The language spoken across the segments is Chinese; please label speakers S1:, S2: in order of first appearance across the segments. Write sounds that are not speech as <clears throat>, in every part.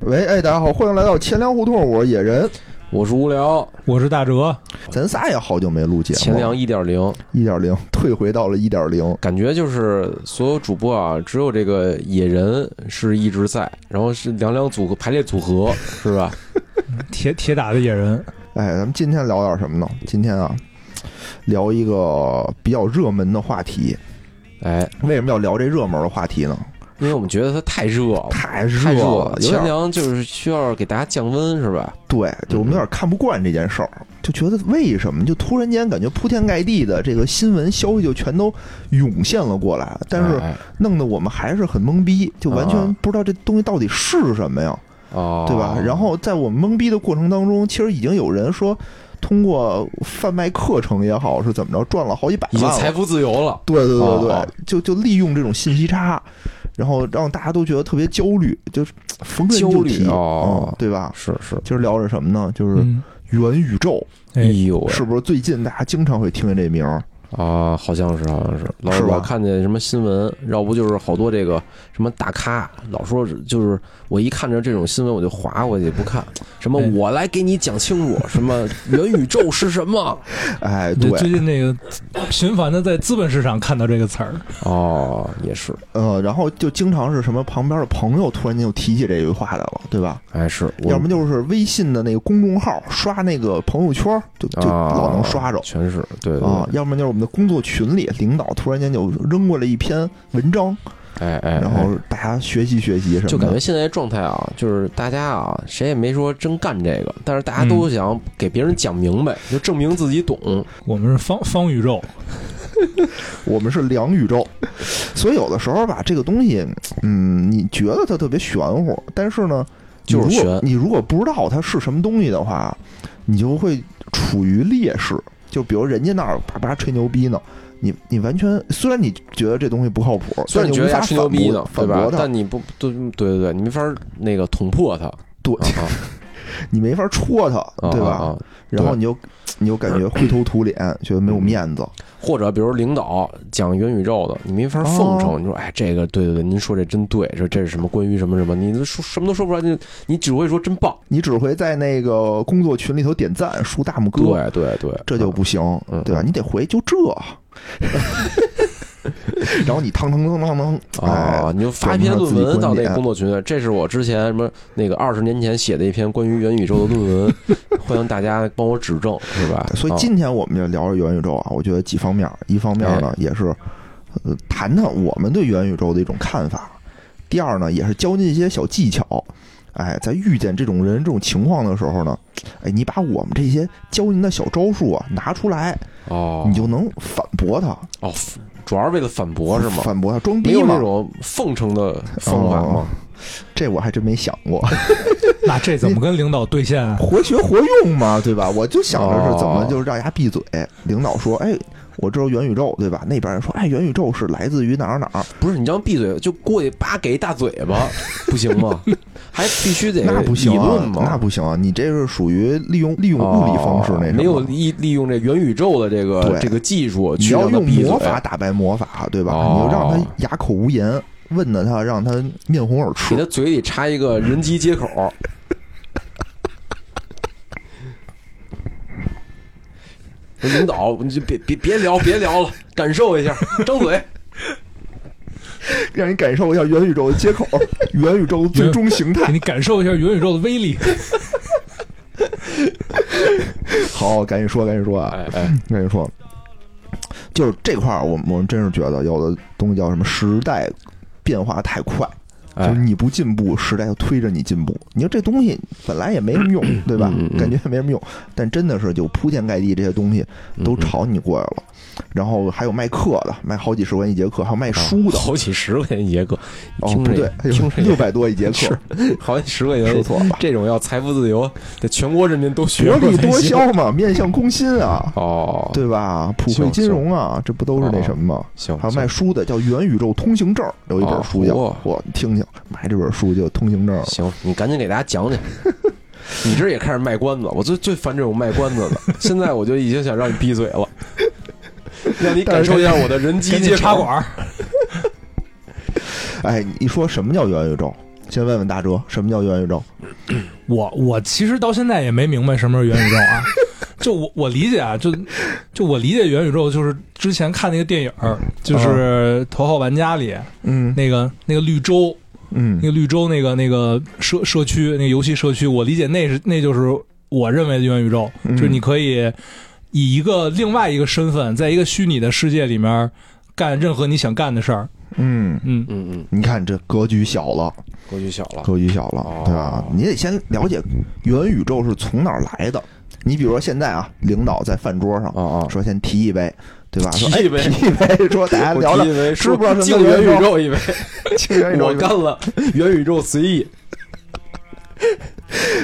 S1: 喂，哎，大家好，欢迎来到钱粮胡同，我是野人，
S2: 我是无聊，
S3: 我是大哲，
S1: 咱仨也好久没录节目，
S2: 钱粮一点零，
S1: 一点零退回到了一点零，
S2: 感觉就是所有主播啊，只有这个野人是一直在，然后是两两组合排列组合，是吧？
S3: 铁铁打的野人，
S1: 哎，咱们今天聊点什么呢？今天啊，聊一个比较热门的话题。
S2: 哎，
S1: 为什么要聊这热门的话题呢？
S2: 因为我们觉得它太热了，
S1: 太
S2: 太热
S1: 了，有
S2: 钱
S1: 点
S2: 粮就是需要给大家降温，是吧？
S1: 对，就我们有
S2: 嗯
S1: 点看不惯这件事儿，就觉得为什么就突然间感觉铺天盖地的这个新闻消息就全都涌现了过来，但是
S2: 哎啊
S1: 弄得我们还是很懵逼，就完全不知道这东西到底是什么呀，
S2: 哦，
S1: 对吧？然后在我们懵逼的过程当中，其实已经有人说通过贩卖课程也好，是怎么着赚了好几百
S2: 已
S1: 万
S2: 经
S1: 了
S2: 财富自由了，
S1: 对对对对，
S2: 哦
S1: 就就利用这种信息差，然后让大家都觉得特别焦虑，就是逢人
S2: 焦
S1: 就
S2: 虑
S1: 提，
S2: 哦
S1: 嗯对吧？
S2: 是是，
S1: 今儿聊着什么呢？就是
S3: 嗯，
S1: 元宇宙，
S2: 哎
S3: 哎，
S2: 呦喂
S1: 是不是最近大家经常会听见这名儿？
S2: 啊，好像是好像是，老
S1: 是吧
S2: 老看见什么新闻，要不就是好多这个什么大咖，老说是就是我一看着这种新闻我就划过去不看， <laughs> 什么
S3: 哎
S2: 我来给你讲清楚，什么 <laughs> 元宇宙是什么，
S1: 哎，
S3: 对
S1: 对，
S3: 最近那个 <laughs> 频繁的在资本市场看到这个词儿，
S2: 哦，也是，
S1: 呃，然后就经常是什么旁边的朋友突然间就提起这句话来了，对吧？
S2: 哎是，我
S1: 要么就是微信的那个公众号刷那个朋友圈，就就
S2: 啊
S1: 老能刷着。
S2: 全是对对，
S1: 啊
S2: 对，
S1: 要么就是我们的工作群里，领导突然间就扔过来一篇文章，
S2: 哎哎，
S1: 然
S2: 哎
S1: 后大家学习学习什么的，
S2: 就感觉现在状态啊，就是大家啊，谁也没说真干这个，但是大家都想给别人讲明白，就证明自己懂。
S3: 我们是方方宇宙，
S1: 我们是两宇
S2: <laughs>
S1: 宙，所以有的时候吧，这个东西，嗯，你觉得它特别玄乎，但是呢，
S2: 就是
S1: 你如果
S2: 玄
S1: 你如果不知道它是什么东西的话，你就会处于劣势。就比如人家那儿叭叭吹牛逼呢，你你完全虽然你觉得这东西不靠谱，
S2: 虽
S1: 但
S2: 然你
S1: 你无
S2: 觉得
S1: 法
S2: 他吹牛逼呢，对
S1: 反
S2: 吧
S1: 驳？他，
S2: 但你不对，对对对，你没法儿那个捅破他，
S1: 对
S2: 啊
S1: 你没法戳他，
S2: 啊，
S1: <laughs> 对吧？
S2: 啊啊
S1: 然后你就你就感觉灰头土脸，觉得没有面子。
S2: 或者比如领导讲元宇宙的，你没法奉
S1: 哦
S2: 承，你说哎，这个对对对，您说这真对，这这是什么关于什么什么，你都说什么都说不出来，你你只会说真棒，
S1: 你只会在那个工作群里头点赞、竖大拇哥，
S2: 对对对，
S1: 这就不行，
S2: 嗯
S1: 对吧？你得回就这， <laughs> 然后你腾腾腾腾腾，哎，
S2: 啊，你就发一篇论文到那个工作群，这是我之前什么那个二十年前写的一篇关于元宇宙的论文， <laughs> 欢迎大家帮我指正，是吧？
S1: 哎所以
S2: 啊
S1: 今天我们就聊聊元宇宙啊，我觉得几方面，一方面
S2: 哎
S1: 呢也是，呃，谈谈我们对元宇宙的一种看法；第二呢，也是教您一些小技巧。哎，在遇见这种人、这种情况的时候呢，哎，你把我们这些教您的小招数啊拿出来，
S2: 哦，
S1: 你就能反驳他，
S2: 哦，主要是为了反驳是吗？
S1: 反驳他装
S2: 没
S1: 逼
S2: 有那
S1: 嘛？
S2: 种奉承的
S1: 哦
S2: 方法吗？
S1: 这我还真没想过。
S3: 那这怎么跟领导兑
S1: <laughs>
S3: 现啊？
S1: 活学活用嘛，对吧？我就想着是怎么
S2: 哦
S1: 就是让人家闭嘴。领导说：“哎，我知道元宇宙，对吧？”那边人说：“哎，元宇宙是来自于哪儿哪儿
S2: 不是，你让闭嘴就过去叭给一大嘴
S1: <laughs>
S2: 巴，不行吗？还必须？”得
S1: 那不行
S2: 哎理
S1: 啊
S2: 论，吗？
S1: 那不行啊！你这是属于利用利用物理方式那
S2: 哦
S1: 什么，
S2: 没有利利用这元宇宙的这个
S1: 对
S2: 这个技术
S1: 你
S2: 去
S1: 要
S2: 让他
S1: 用
S2: 闭嘴
S1: 魔法打败魔法，对吧？你
S2: 哦
S1: 就让他哑口无言，问的他让他面红耳
S2: 给
S1: 赤
S2: 他。嘴里插一个人机接口。
S1: <laughs>
S2: 说领导，你就别别别聊，别聊了，感受一下，张嘴。
S1: 让你感受一下元宇宙的接
S2: <laughs>
S1: 口，元宇宙的最终形态
S3: 给。你感受一下元宇宙的威力。
S1: 好，赶紧说，赶紧说啊！
S2: 哎哎，
S1: 我跟你说，就是这块儿，我们我们真是觉得有的东西叫什么时代变化太快，
S2: 哎
S1: 就是你不进步，时代就推着你进步。你说这东西本来也没什
S2: <clears throat>
S1: 么用，对吧
S2: 嗯嗯？嗯
S1: 感觉也没什么用，但真的是就铺天盖地这些东西
S2: 嗯
S1: 都朝你过来了。然后还有卖课的，卖好几十块钱一节课，还有卖书的。
S2: 啊好几十块钱一节课，
S1: 哦，
S2: 听
S1: 不
S2: 着
S1: 对
S2: 也，听着也
S1: 六百多一节课， <laughs>
S2: 好几十块钱，
S1: 说错了。
S2: 这种要财富自由，得全国人民都学
S1: 薄
S2: 过
S1: 利
S2: 才
S1: 多
S2: 行
S1: 销嘛，面向工薪啊，
S2: 哦，
S1: 对吧？普惠
S2: 行
S1: 金融啊，这不都是那什么吗？
S2: 行，
S1: 还有卖书的，叫《元宇宙通行证》，有一本书叫
S2: 哦
S1: 我听听，买这本书就有通行证了。
S2: 行，你赶紧给大家讲
S1: <laughs>
S2: 讲。你这也开始卖关子，我最最烦这种卖关子的。现在我就已经想让你闭嘴
S1: <laughs>
S2: 了，让你感受一下我的人机
S3: 给你
S2: 接
S3: 插
S2: 口。
S3: 管儿，
S1: 哎，你说什么叫元宇宙？先问问大哲，什么叫元宇宙？
S3: 我我其实到现在也没明白什么是元宇宙啊。 <laughs> 就我我理解啊，就就我理解元宇宙就是之前看那个电影儿，就是《头号玩家》里
S1: 嗯
S3: 那个那个绿洲，
S1: 嗯
S3: 那个绿洲那个那个社社区那个游戏社区，我理解那是那就是我认为的元宇宙，
S1: 嗯
S3: 就是你可以以一个另外一个身份，在一个虚拟的世界里面干任何你想干的事儿。
S1: 嗯，
S3: 嗯，
S2: 嗯嗯，
S1: 你看这格局小了，
S2: 格局小了。
S1: 格局小了
S2: 哦，
S1: 对吧？你得先了解元宇宙是从哪儿来的。你比如说现在啊，领导在饭桌上
S2: 啊啊，
S1: 说先提一杯，对吧？说
S2: 提一杯
S1: 哎提一杯，说大家
S2: 我
S1: 聊聊
S2: 提以为
S1: 知不知道什么
S2: 进
S1: 叫
S2: 元
S1: 元宇
S2: 宇宙？以为
S1: 清 <laughs> 元宇宙
S2: 我
S1: <laughs>
S2: 干了元宇宙随意。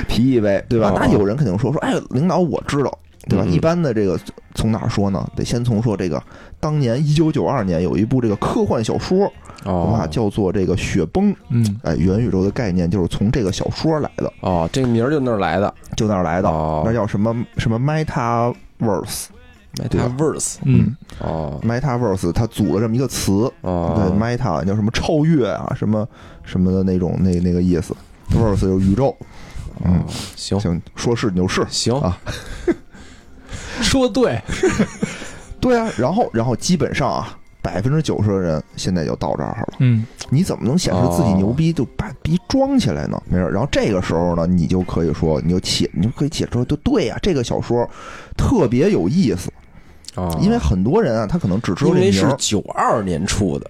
S1: 提一杯，对吧
S2: 哦？
S1: 那有人肯定说说，哎，领导我知道，对吧？
S2: 嗯
S1: 一般的这个从哪儿说呢？得先从说这个当年一九九二年有一部这个科幻小说啊，
S2: 哦
S1: 叫做这个《雪崩》。
S3: 嗯，
S1: 哎，元宇宙的概念就是从这个小说来的，
S2: 哦，这个名儿就那儿来的。
S1: 就那儿来的。
S2: 哦
S1: 那叫什么什么 MetaVerse？对吧
S2: Metaverse。
S3: 嗯，
S2: 哦
S1: MetaVerse 它组了这么一个词，
S2: 哦，
S1: 对 Meta 叫什么超越啊，什么什么的那种那那个意思。Verse 就是宇宙，嗯
S2: 哦，行
S1: 行，说是你就是，
S2: 行
S1: 啊
S3: 说得对，
S1: 对啊，然后然后基本上啊，百分之九十的人现在就到这儿了。
S3: 嗯，
S1: 你怎么能显示自己牛逼，就把逼装起来呢？没事儿。然后这个时候呢，你就可以说，你就写，你就可以写出来，就对呀、这个小说特别有意思，
S2: 哦
S1: 因为很多人啊，他可能只知道
S2: 因
S1: 这
S2: 为
S1: 名
S2: 是
S1: 儿。
S2: 九二年出的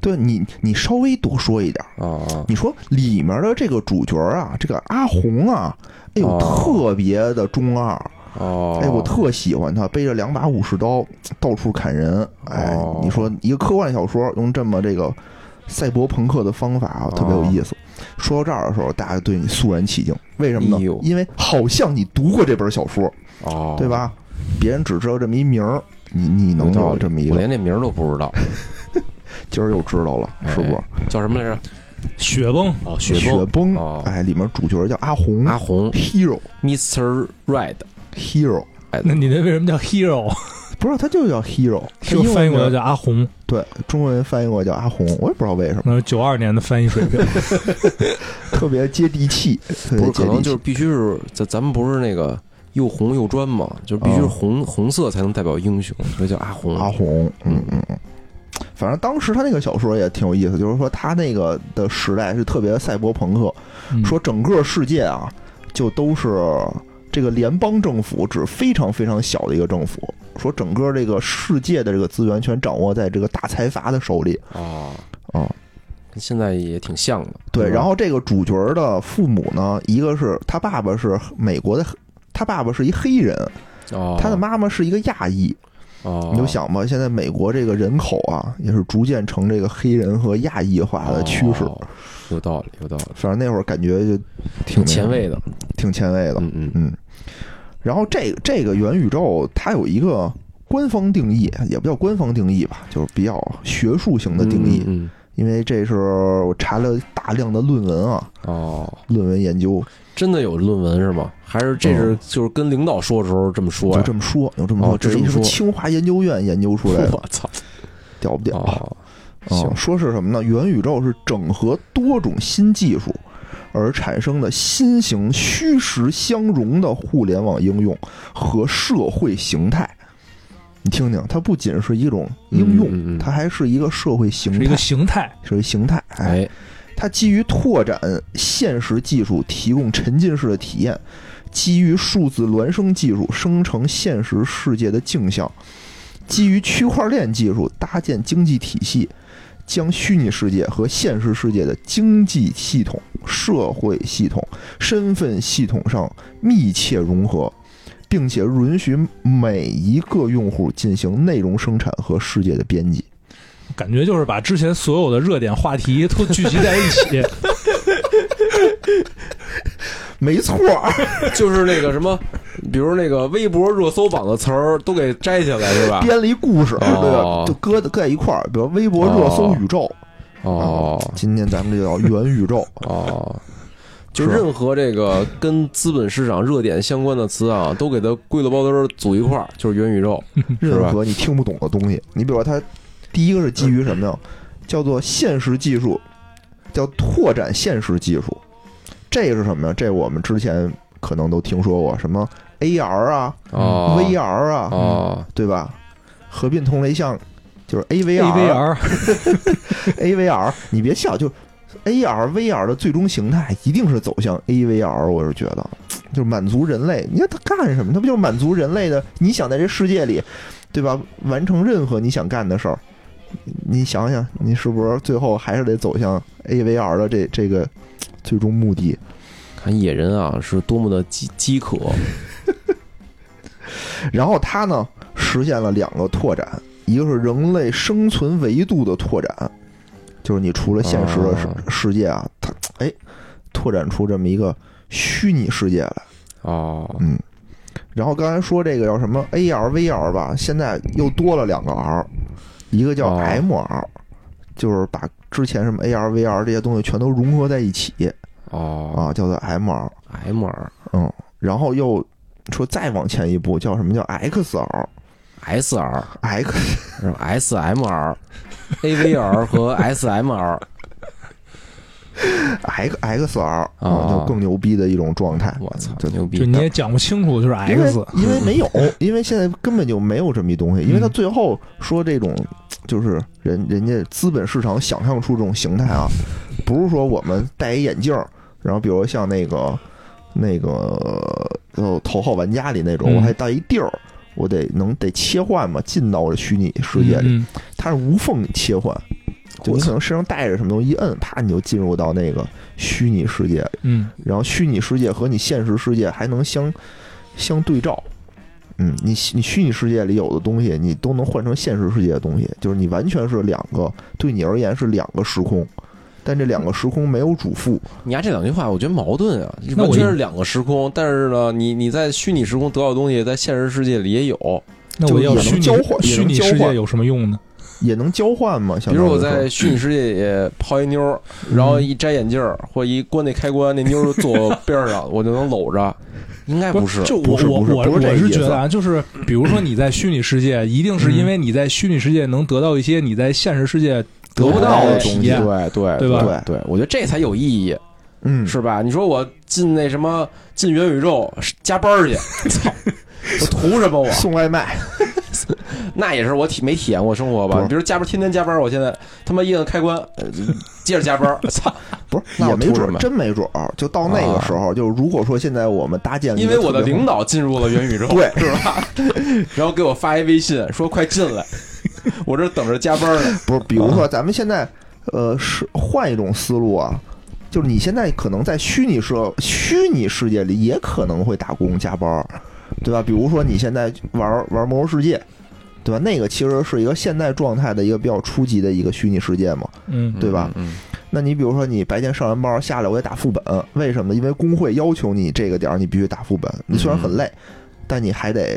S1: 对你，你稍微多说一点儿，
S2: 哦
S1: 你说里面的这个主角啊，这个阿红啊，哎呦，
S2: 哦
S1: 特别的中二，
S2: 哦，
S1: 哎，我特喜欢他，背着两把武士刀到处砍人。哎
S2: 哦，
S1: 你说一个科幻小说用这么这个赛博朋克的方法啊，特别有
S2: 哦
S1: 意思。说到这儿的时候，大家对你肃然起敬，为什么
S2: 哎
S1: 呢
S2: 呦？
S1: 因为好像你读过这本小说，
S2: 哦，
S1: 对？吧？别人只知道这么一名儿，你你能
S2: 有道
S1: 有
S2: 理
S1: 这么一
S2: 我
S1: 个，
S2: 连这名儿都不
S1: <laughs>
S2: 知道，
S1: 今儿又知道了，是不是？
S2: 叫什么来着？
S3: 雪崩，
S2: 哦，
S1: 雪
S2: 哎崩，
S1: 崩
S2: 哦，
S1: 哎，里面主角叫阿红
S2: 阿红
S1: ，Hero
S2: ，Mr. Red，
S1: Hero，
S3: 那你那为什么叫 hero？
S1: 不是他就叫 Hero，他
S3: 是不
S1: 英
S3: 是
S1: 文
S3: 翻译过来
S1: 名
S3: 叫阿红，
S1: 对，中文翻译过来叫阿红，我也不知道为什么。
S3: 那是九二年的翻译水
S1: <laughs>
S3: 平。
S1: 特别接地气，特
S2: <laughs> 不
S1: 别
S2: 是，
S1: 接
S2: 可
S1: 地
S2: 能就
S1: 气
S2: 是。必须是咱咱们不是那个又红又专嘛，就是必须是
S1: 哦
S2: 红红色才能代表英雄，所以叫阿红。
S1: 阿红，嗯嗯嗯，反正当时他那个小说也挺有意思，就是说他那个的时代是特别赛博朋克，
S3: 嗯
S1: 说整个世界啊，就都是这个联邦政府只非常非常小的一个政府，说整个这个世界的这个资源全掌握在这个大财阀的手里
S2: 哦，
S1: 啊。
S2: 跟现在也挺像的。
S1: 对，
S2: 吧
S1: 然后这个主角的父母呢，一个是他爸爸是美国的，他爸爸是一黑人，
S2: 哦，
S1: 他的妈妈是一个亚裔，
S2: 哦，
S1: 你就想吧，现在美国这个人口啊，也是逐渐成这个黑人和亚裔化的趋势。
S2: 哦有道理，有道理，
S1: 反正那会儿感觉就挺
S2: 挺前卫
S1: 的，
S2: 的。
S1: 挺前卫的。
S2: 嗯嗯，
S1: 嗯，然后这这个元宇宙它有一个官方定义，也不叫官方定义吧，就是比较学术型的定义。
S2: 嗯，
S1: 因为这是我查了大量的论文啊，
S2: 嗯哦，
S1: 论文研究
S2: 真的有论文是吗？还是这是就是跟领导说的时候这么说
S1: 嗯就
S2: 呀？
S1: 这么说，有这么说，
S2: 哦这
S1: 是
S2: 么说
S1: 清华研究院研究出来的，
S2: 我
S1: <laughs>
S2: 操！
S1: 屌不屌？
S2: 哦，
S1: 啊，
S2: 行
S1: 说是什么呢？元宇宙是整合多种新技术而产生的新型虚实相融的互联网应用和社会形态。你听听，它不仅是一种应用，
S2: 嗯嗯嗯
S1: 它还是一个社会形
S3: 是
S1: 态，
S3: 一个形态，
S1: 是一形态。哎，
S2: 哎，
S1: 它基于拓展现实技术，提供沉浸式的体验；基于数字孪生技术，生成现实世界的镜像；基于区块链技术，搭建经济体系，将虚拟世界和现实世界的经济系统、社会系统、身份系统上密切融合。并且允许每一个用户进行内容生产和世界的编辑，
S3: 感觉就是把之前所有的热点话题都聚集在一
S1: <laughs>
S3: 起。
S1: 没错儿，
S2: 哎就是那个什么，比如那个微博热搜榜的词儿都给摘下来是吧？
S1: 编了一故事，对
S2: 啊
S1: 吧？
S2: 哦
S1: 就搁搁在一块儿，比如微博热搜宇宙。
S2: 哦
S1: 啊今天咱们就叫元宇宙。
S2: 哦，就是任何这个跟资本市场热点相关的词啊，都给它归了包堆儿组一块儿， <laughs> 就是元宇宙。
S1: 任何你听不懂的东西，你比如说它，第一个是基于什么呀？叫做现实技术叫拓展现实技术。这个是什么呀？这我们之前可能都听说过，什么 AR 啊、
S2: 哦
S1: VR 啊，
S2: 哦，
S1: 对吧？合并同类项就是 AVR、
S3: AVR
S1: AVR，你别笑，就 AR、VR 的最终形态一定是走向 AVR，我是觉得，就是满足人类。你看它干什么？它不就是满足人类的？你想在这世界里，对吧？完成任何你想干的事儿，你想想，你是不是最后还是得走向 AVR 的这这个最终目的？
S2: 看野人啊，是多么的饥饥渴，
S1: 然后它呢，实现了两个拓展，一个是人类生存维度的拓展，就是你除了现实的世
S2: 啊
S1: 世界啊，它哎拓展出这么一个虚拟世界来。
S2: 哦，
S1: 嗯，然后刚才说这个叫什么 AR、VR 吧，现在又多了两个 R，一个叫
S2: 哦
S1: MR，、就是把之前什么 AR、VR 这些东西全都融合在一起
S2: 哦
S1: 啊，叫做 MR。
S2: ，M R
S1: 嗯，然后又说再往前一步叫什么叫 XR，X
S2: S R S M R A V R 和 S M R，
S1: X X R
S2: 啊
S1: 就更牛逼的一种状态。
S2: 我操，
S1: 就
S2: 牛逼
S3: 就！你也讲不清楚，就是 X
S1: 因为因为没
S2: <laughs>
S1: 有，因为现在根本就没有这么一东西，因为他
S3: 嗯
S1: 最后说这种就是人人家资本市场想象出这种形态啊，不是说我们戴一眼镜儿，然后比如像那个那个呃头号玩家里那种，
S3: 嗯
S1: 我还戴一地儿，我得能得切换嘛，进到这虚拟世界里，
S3: 嗯
S1: 它是无缝切换，就
S2: 我
S1: 你
S2: 操
S1: 可能身上带着什么东西一摁，啪你就进入到那个虚拟世界
S3: 嗯，
S1: 然后虚拟世界和你现实世界还能相相对照。嗯，你虚你虚拟世界里有的东西，你都能换成现实世界的东西，就是你完全是两个，对你而言是两个时空，但这两个时空没有主妇。
S2: 你丫这两句话，我觉得矛盾啊，
S3: 那我
S2: 完全是两个时空。但是呢，你你在虚拟时空得到的东西，在现实世界里也有。
S3: 那我
S1: 就
S3: 要
S1: 也能
S3: 虚拟
S1: 交换也
S3: 虚
S1: 能
S3: 拟
S1: 交
S3: 世界
S1: 换
S3: 有什么用呢？
S1: 也能交换吗？
S2: 比
S1: 相
S2: 如
S1: 当
S2: 我
S1: 于
S2: 在
S1: 是
S2: 虚拟世界也泡一妞儿，然后一摘眼镜儿或一关那开关，那妞儿坐我边儿上，我就能搂着。应该不是，
S3: 就
S1: 不
S3: 我
S1: 是
S3: 我
S1: 不是
S3: 我
S1: 不是这
S3: 我
S1: 个
S3: 是
S1: 意
S3: 觉
S1: 思
S3: 得啊，就是比如说你在虚拟世界，一定是因为你在虚拟世界能得到一些你在现实世界
S1: 得
S3: 不
S1: 不
S3: 到
S1: 到
S3: 的
S1: 的
S3: 体
S1: 东西
S3: 验。
S2: 对对
S3: 对
S1: 吧
S2: 对，我觉得这才有意义，
S1: 嗯，
S2: 是吧？你说我进那什么进元宇宙加班儿去，操，我图什么我？
S1: 送外卖，
S2: 那也是我体没体验过生活吧？
S1: 不
S2: 比如加班，天天加班，我现在他妈一摁开关，呃接着加班， <laughs> 操！
S1: 不是
S2: 那
S1: 也
S2: 我
S1: 没
S2: 图
S1: 准
S2: 什
S1: 儿，
S2: 么
S1: 真没准儿，就到那个时候，就是如果说现在我们搭建了一
S2: 啊因
S1: 个
S2: 为我的
S1: 哎特别
S2: 领导进入了元宇宙，
S1: 对
S2: 是吧？然后给我发一微信说快进来，我这等着加班呢。
S1: 不是，比如说咱们现在，呃，是换一种思路啊，就是你现在可能在虚拟社虚拟世界里也可能会打工加班儿，对吧？比如说你现在玩玩《魔兽世界》，对吧？那个其实是一个现代状态的一个比较初级的一个虚拟世界嘛。
S3: 嗯，
S1: <laughs> 对吧
S2: 嗯？嗯
S1: 那你比如说你白天上完班儿下来，我得打副本，为什么呢？因为工会要求你这个点儿你必须打副本，你虽然很累，但你还得。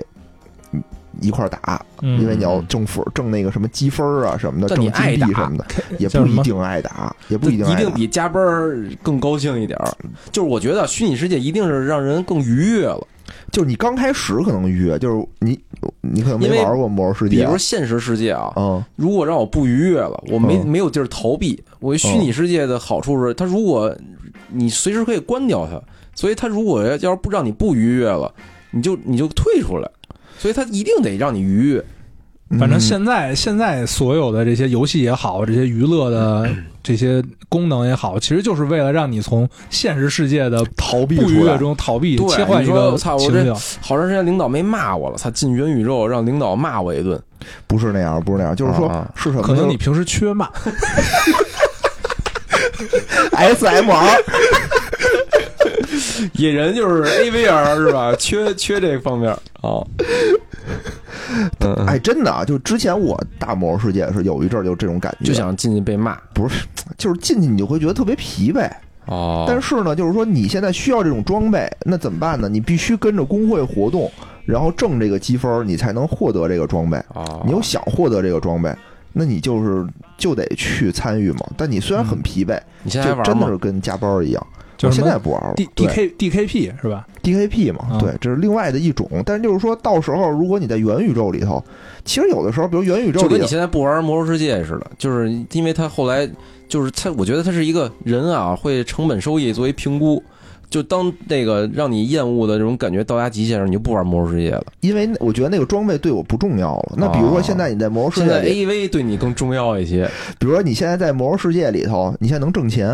S1: 嗯一块儿打，
S3: 嗯
S1: 因为你要挣分儿、挣那个什么积分儿啊什么的，
S2: 但
S1: 挣
S2: 你
S1: 金
S2: 爱
S1: 币
S2: 打
S1: 什么的。也
S3: 叫
S1: 不
S3: 什
S1: 一
S3: 么
S1: 定爱打，也不
S2: 就
S1: 一定
S2: 一
S1: 爱打
S2: 定比加班儿更高兴一点儿，就是我觉得虚拟世界一定是让人更愉悦了。
S1: 就是你刚开始可能愉悦，就是你你可能没
S2: 因为
S1: 玩过《魔兽世
S2: 比
S1: 界》啊
S2: 如，现实世界啊，
S1: 嗯，
S2: 如果让我不愉悦了，我没
S1: 嗯
S2: 没有地儿逃避。我虚拟世界的好处是，它如果你随时可以关掉它，所以它如果要要是不让你不愉悦了，你就你就退出来，所以它一定得让你愉悦。
S1: 嗯
S3: 反正现在现在所有的这些游戏也好，这些娱
S1: <clears throat>
S3: 乐的这些功能也好，其实就是为了让你从现实世界的
S1: 逃避
S3: 不愉
S1: 出
S3: 悦
S1: 来，
S3: 中逃避，
S2: 对啊
S3: 切换一
S2: 你说
S3: 个
S2: 我操我
S3: 情
S2: 这
S3: 景。
S2: 好长时间领导没骂我了，操！进元宇宙让领导骂我一顿，
S1: 不是那样，不是那样，就是说
S2: 啊
S1: 是什么呢？
S3: 可能你平时缺骂，
S1: SMR
S2: <laughs> 野人就是 AVR 是吧？缺缺这方面哦。嗯，嗯
S1: 哎，真的啊，就之前我打《魔兽世界》是有一阵儿就这种感觉，
S2: 就想进去被骂
S1: 不是，就是进去你就会觉得特别疲惫。
S2: 哦
S1: 但是呢，就是说你现在需要这种装备，那怎么办呢？你必须跟着工会活动，然后挣这个积分儿，你才能获得这个装备。
S2: 哦，
S1: 你又想获得这个装备，那你就是就得去参与嘛。但你虽然很疲惫，
S2: 嗯你现在还
S1: 就
S2: 玩
S1: 真的
S2: 吗？
S1: 是跟加班儿一样。
S3: 就
S1: 我
S3: 是什
S1: 现
S3: 么
S1: 在不玩了
S3: D D
S1: 对
S3: K D K P 是吧？
S1: DKP 嘛，
S3: 啊
S1: 对，这是另外的一种。但是就是说到时候，如果你在元宇宙里头，其实有的时候，比如元宇宙
S2: 就
S1: 里
S2: 跟你
S1: 的，
S2: 现在不玩《魔兽世界》似的，就是因为他后来就是它，我觉得它是一个人啊，会成本收益作为评估。就当那个让你厌恶的这种感觉到达极限时，你就不玩魔兽世界了。
S1: 因为我觉得那个装备对我不重要了。那比如说现在你在魔兽世
S2: 啊现
S1: 界
S2: 在
S1: 里，
S2: A V 对你更重要一些
S1: 比如说你现在在魔兽世界里头，你现在能挣钱，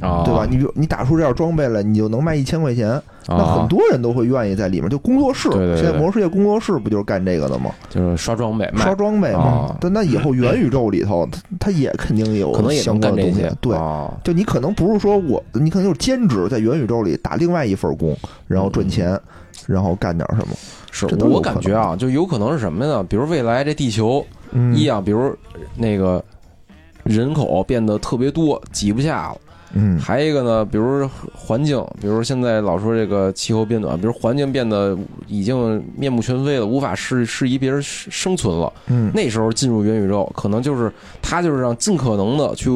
S2: 啊，
S1: 对吧？？你比如你打出这件装备了，你就能卖一千块钱，那
S2: 啊
S1: 很多人都会愿意在里面。就工作室，
S2: 对对对
S1: 现在魔兽世界工作室不就是干这个的吗？
S2: 就是刷装备卖
S1: 刷装备嘛
S2: 啊。嗯
S1: 但那以后元宇宙里头，它它也肯定有
S2: 可能也
S1: 相
S2: 能
S1: 关
S2: 干
S1: 的
S2: 这
S1: 东西
S2: 些。。
S1: 对，
S2: 啊
S1: 就你可能不是说我，你可能就是兼职在元宇宙里打另外一份工，然后赚钱，然后干点什么。
S2: 是
S1: 这都有
S2: 我
S1: 可
S2: 感觉啊，就有可能是什么呢？比如未来这地球
S1: 嗯
S2: 一啊，比如那个人口变得特别多，挤不下了。
S1: 嗯
S2: 还有一个呢，比如环境，比如现在老说这个气候变暖，比如环境变得已经面目全非了，无法适适宜别人生存了。
S1: 嗯，
S2: 那时候进入元宇宙，可能就是它就是让尽可能的去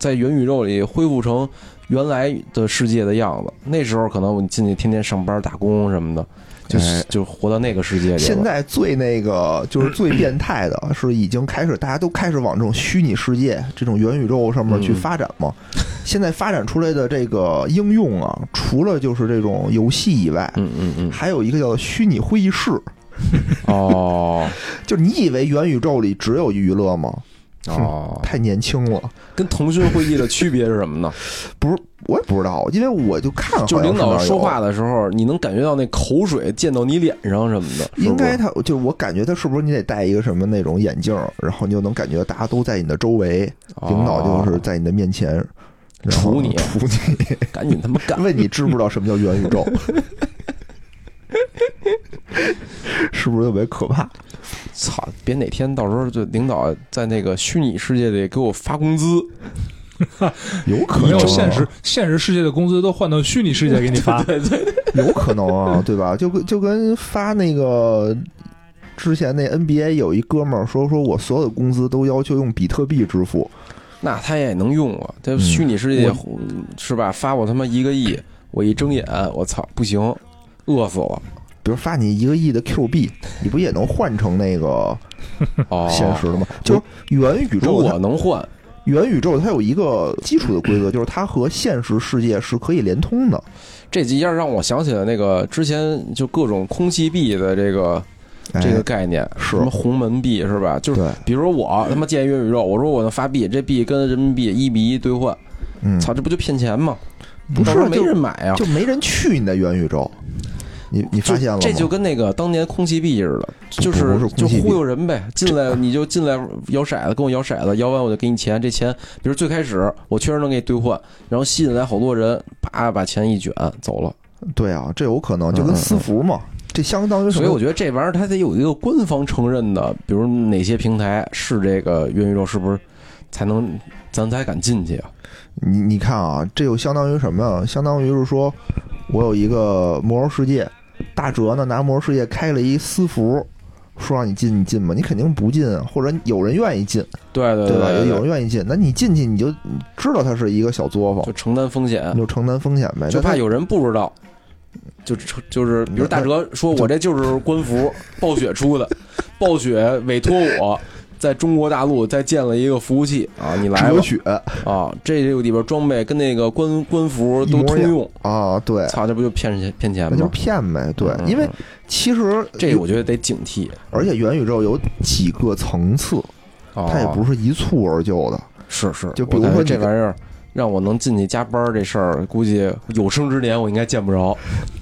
S2: 在元宇宙里恢复成原来的世界的样子。那时候可能我进去天天上班打工什么的，就、
S1: 哎
S2: 就活到那个嗯世界里了。
S1: 现在最那个就是最变态的是，已经开始大家都开始往这种虚拟世界、这种元宇宙上面去发展嘛。
S2: 嗯
S1: 现在发展出来的这个应用啊，除了就是这种游戏以外，
S2: 嗯嗯 <laughs> 嗯，
S1: 还有一个叫虚拟会议室。
S2: 哦
S1: 就是你以为元宇宙里只有娱乐吗？
S2: 哦，
S1: 太年轻了，
S2: <laughs> 跟腾讯会议的区别是什么呢？
S1: 不是我也不知道，因为我就看
S2: 就
S1: 啊好像
S2: 领
S1: 上
S2: 导
S1: 面有
S2: 说话的时候，你能感觉到那口水溅到你脸上什么的，是不是
S1: 应该他就我感觉他是不是你得戴一个什么那种眼镜儿，然后你就能感觉大家都在你的周围，领导就是
S2: <laughs> 哦
S1: 在你的面前然后
S2: 杵你
S1: 杵
S2: <laughs>
S1: 你，，
S2: 赶紧他妈干
S1: 问你知不知道什么叫元宇
S2: <laughs>
S1: 宙，是不是特别可怕？
S2: 操！别哪天到时候就领导在那个虚拟世界里给我发工资，
S1: 有可能、
S3: 没有
S1: 啊，
S3: 现实现实世界的工资都换到虚拟世界给你发，
S2: <laughs> 对对，
S1: 有可能啊，对
S2: <laughs>
S1: 吧？就跟就跟发那个之前那 NBA 有一哥们儿说，说我所有的工资都要求用比特币支付，
S2: 那他也能用啊，
S1: 嗯
S2: 这虚拟世界是吧？发我他妈一个亿，我一睁眼，我操，不行，饿死
S1: <laughs>
S2: 我！
S1: 比如发你一个亿的 Q 币，你不也能换成那个
S2: 哦，
S1: 现实的吗？就是元宇
S2: 如
S1: 宙
S2: 果
S1: 它，
S2: 能换，
S1: 元宇宙它有一个基础的规则，就是它和现实世界是可以连通的。
S2: 这集要让我想起了那个之前就各种空气币的这个
S1: 哎
S2: 这个概念，
S1: 是
S2: 什么鸿门币是吧？就是
S1: 对，
S2: 比如说我他妈建元宇宙，我说我能发币，这币跟人民币一比一兑换，
S1: 嗯，
S2: 操，这不就骗钱吗？
S1: 不是
S2: 到时候没
S1: 就
S2: 人买啊。
S1: 就没人去你的元宇宙，你你发现了吗？
S2: 这就跟那个当年空气币似的，就
S1: 不
S2: 是
S1: 是
S2: 就
S1: 空气币
S2: 忽悠人呗。进来你就进来摇骰子，跟我摇骰子，摇完我就给你钱。这钱，比如最开始我确实能给你兑换，然后吸引来好多人，啪把钱一卷走了。
S1: 对啊，这有可能就跟
S2: 嗯嗯
S1: 私服嘛，这相当于什
S2: 所以
S1: 么
S2: 我觉得这玩意儿它得有一个官方承认的，比如哪些平台是这个元宇宙，是不是才能咱才敢进去啊？
S1: 你你看啊，这又相当于什么呀？相当于是说，我有一个魔兽世界，大哲呢拿魔兽世界开了一私服，说让你进你进吗？你肯定不进，啊或者有人愿意进，
S2: 对对
S1: 对吧？
S2: 对，
S1: 有人愿意进，那你进去你就知道它是一个小作坊
S2: 就，承担风险
S1: 你，就承担风险呗。
S2: 就
S1: 哎那
S2: 怕
S1: 它
S2: 有人不知道。就就是，比如大
S1: 嗯
S2: 哲说，我这就是
S1: <laughs>
S2: 官服，暴雪出的，暴雪委托我在中国大陆再建了一个服务器啊，你来
S1: 哲
S2: 吧
S1: 学
S2: 啊，这这个里边装备跟那个官官服都通
S1: 一模
S2: 用，
S1: 啊，对，
S2: 操，这不就骗钱骗钱
S1: 那就是
S2: 吗？
S1: 骗呗，对
S2: 嗯，嗯
S1: 因为
S2: 嗯
S1: 其实
S2: 这我觉得得警惕，
S1: 而且元宇宙有几个层次，
S2: 哦
S1: 它
S2: 他
S1: 也不是一蹴而就的。
S2: 啊是是，
S1: 就
S2: 我
S1: 比如
S2: 感觉
S1: 说
S2: 这
S1: 你跟
S2: 玩意儿，让我能进去加班儿这事儿，估计有生之年我应该见不着。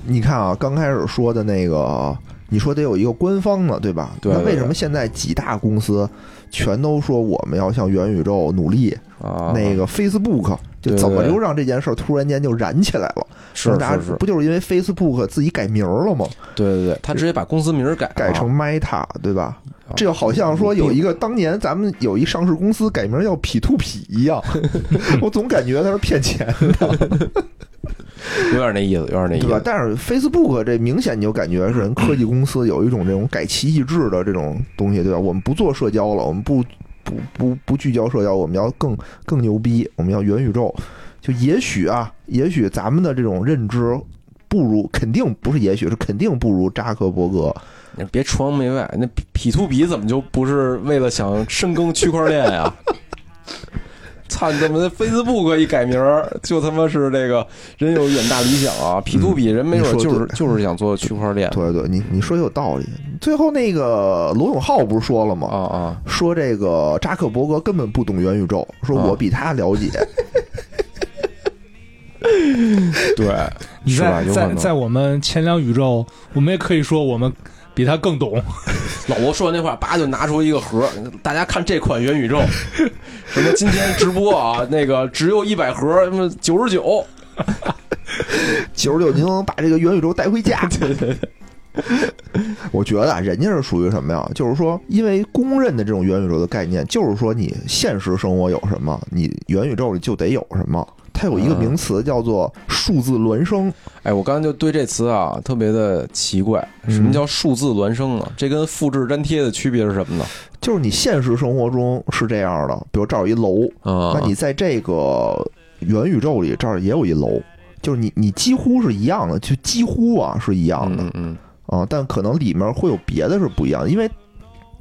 S1: 你看啊，刚开始说的那个，你说得有一个官方的，对吧？
S2: 对对
S1: 那为什么现在几大公司全都说我们要向元宇宙努力？
S2: 啊，
S1: 那个 Facebook 就
S2: 对
S1: 怎么
S2: 对
S1: 就让这件事儿突然间就燃起来了？
S2: 是
S1: 让大
S2: 是
S1: 家
S2: 是，
S1: 不就是因为 Facebook 自己改名儿了吗？
S2: 对对对，他直接把公司名儿改
S1: 改
S2: 了
S1: 成 Meta，对吧？
S2: 啊
S1: 这就好像说有一个当年咱们有一上市公司改名叫 P to P 一
S2: <laughs>
S1: 样，我总感觉他是骗钱
S2: 有点那意思，有点那意
S1: 对吧
S2: 思？。
S1: 但是 Facebook 这明显你就感觉是人科技公
S2: <clears throat>
S1: 司有一种这种改旗易帜的这种东西，对吧？我们不做社交了，我们不不不不聚焦社交，我们要更更牛逼，我们要元宇宙。就也许啊，也许咱们的这种认知不如，肯定不是也许是肯定不如扎克伯格。
S2: 你别崇洋媚外，那比 to 比怎么就不是为了想深耕区块链呀？ <laughs> 操你他妈的 Facebook 一改名儿，就他妈是这个人有远大理想啊，P to P 人没准
S1: 你说
S2: 就是
S1: 对
S2: 就是想做区块链
S1: 对对，你你说有道理。最后那个罗永浩不是说了吗？
S2: 啊啊，
S1: 说这个扎克伯格根本不懂元宇宙，说
S2: 啊
S1: 我比他了解。
S2: 对，
S3: 你
S2: 是吧
S3: 在
S2: 有可
S3: 在
S2: 能
S3: 在我们前两宇宙，我们也可以说我们比他更懂。
S2: 老罗说完那话，叭就拿出一个盒，大家看这款元宇宙，什么今天直播啊，那个只有一百盒，什么九十九，
S1: 九 <laughs> 十九就能把这个元宇宙带回家。 <laughs> 对对对。我觉得啊，人家是属于什么呀？就是说，因为公认的这种元宇宙的概念，就是说你现实生活有什么，你元宇宙里就得有什么。它有一个
S2: 嗯
S1: 名词叫做“数字孪生
S2: 哎，我刚才就对这词啊特别的奇怪，什
S1: 嗯
S2: 么叫数字孪生啊？这跟复制粘贴的区别是什么呢？”，
S1: 就是你现实生活中是这样的，比如这儿有一楼，
S2: 啊
S1: 那你在这个元宇宙里这儿也有一楼，就是你你几乎是一样的，就几乎啊是一样的。
S2: 嗯嗯
S1: 啊，但可能里面会有别的是不一样的，因为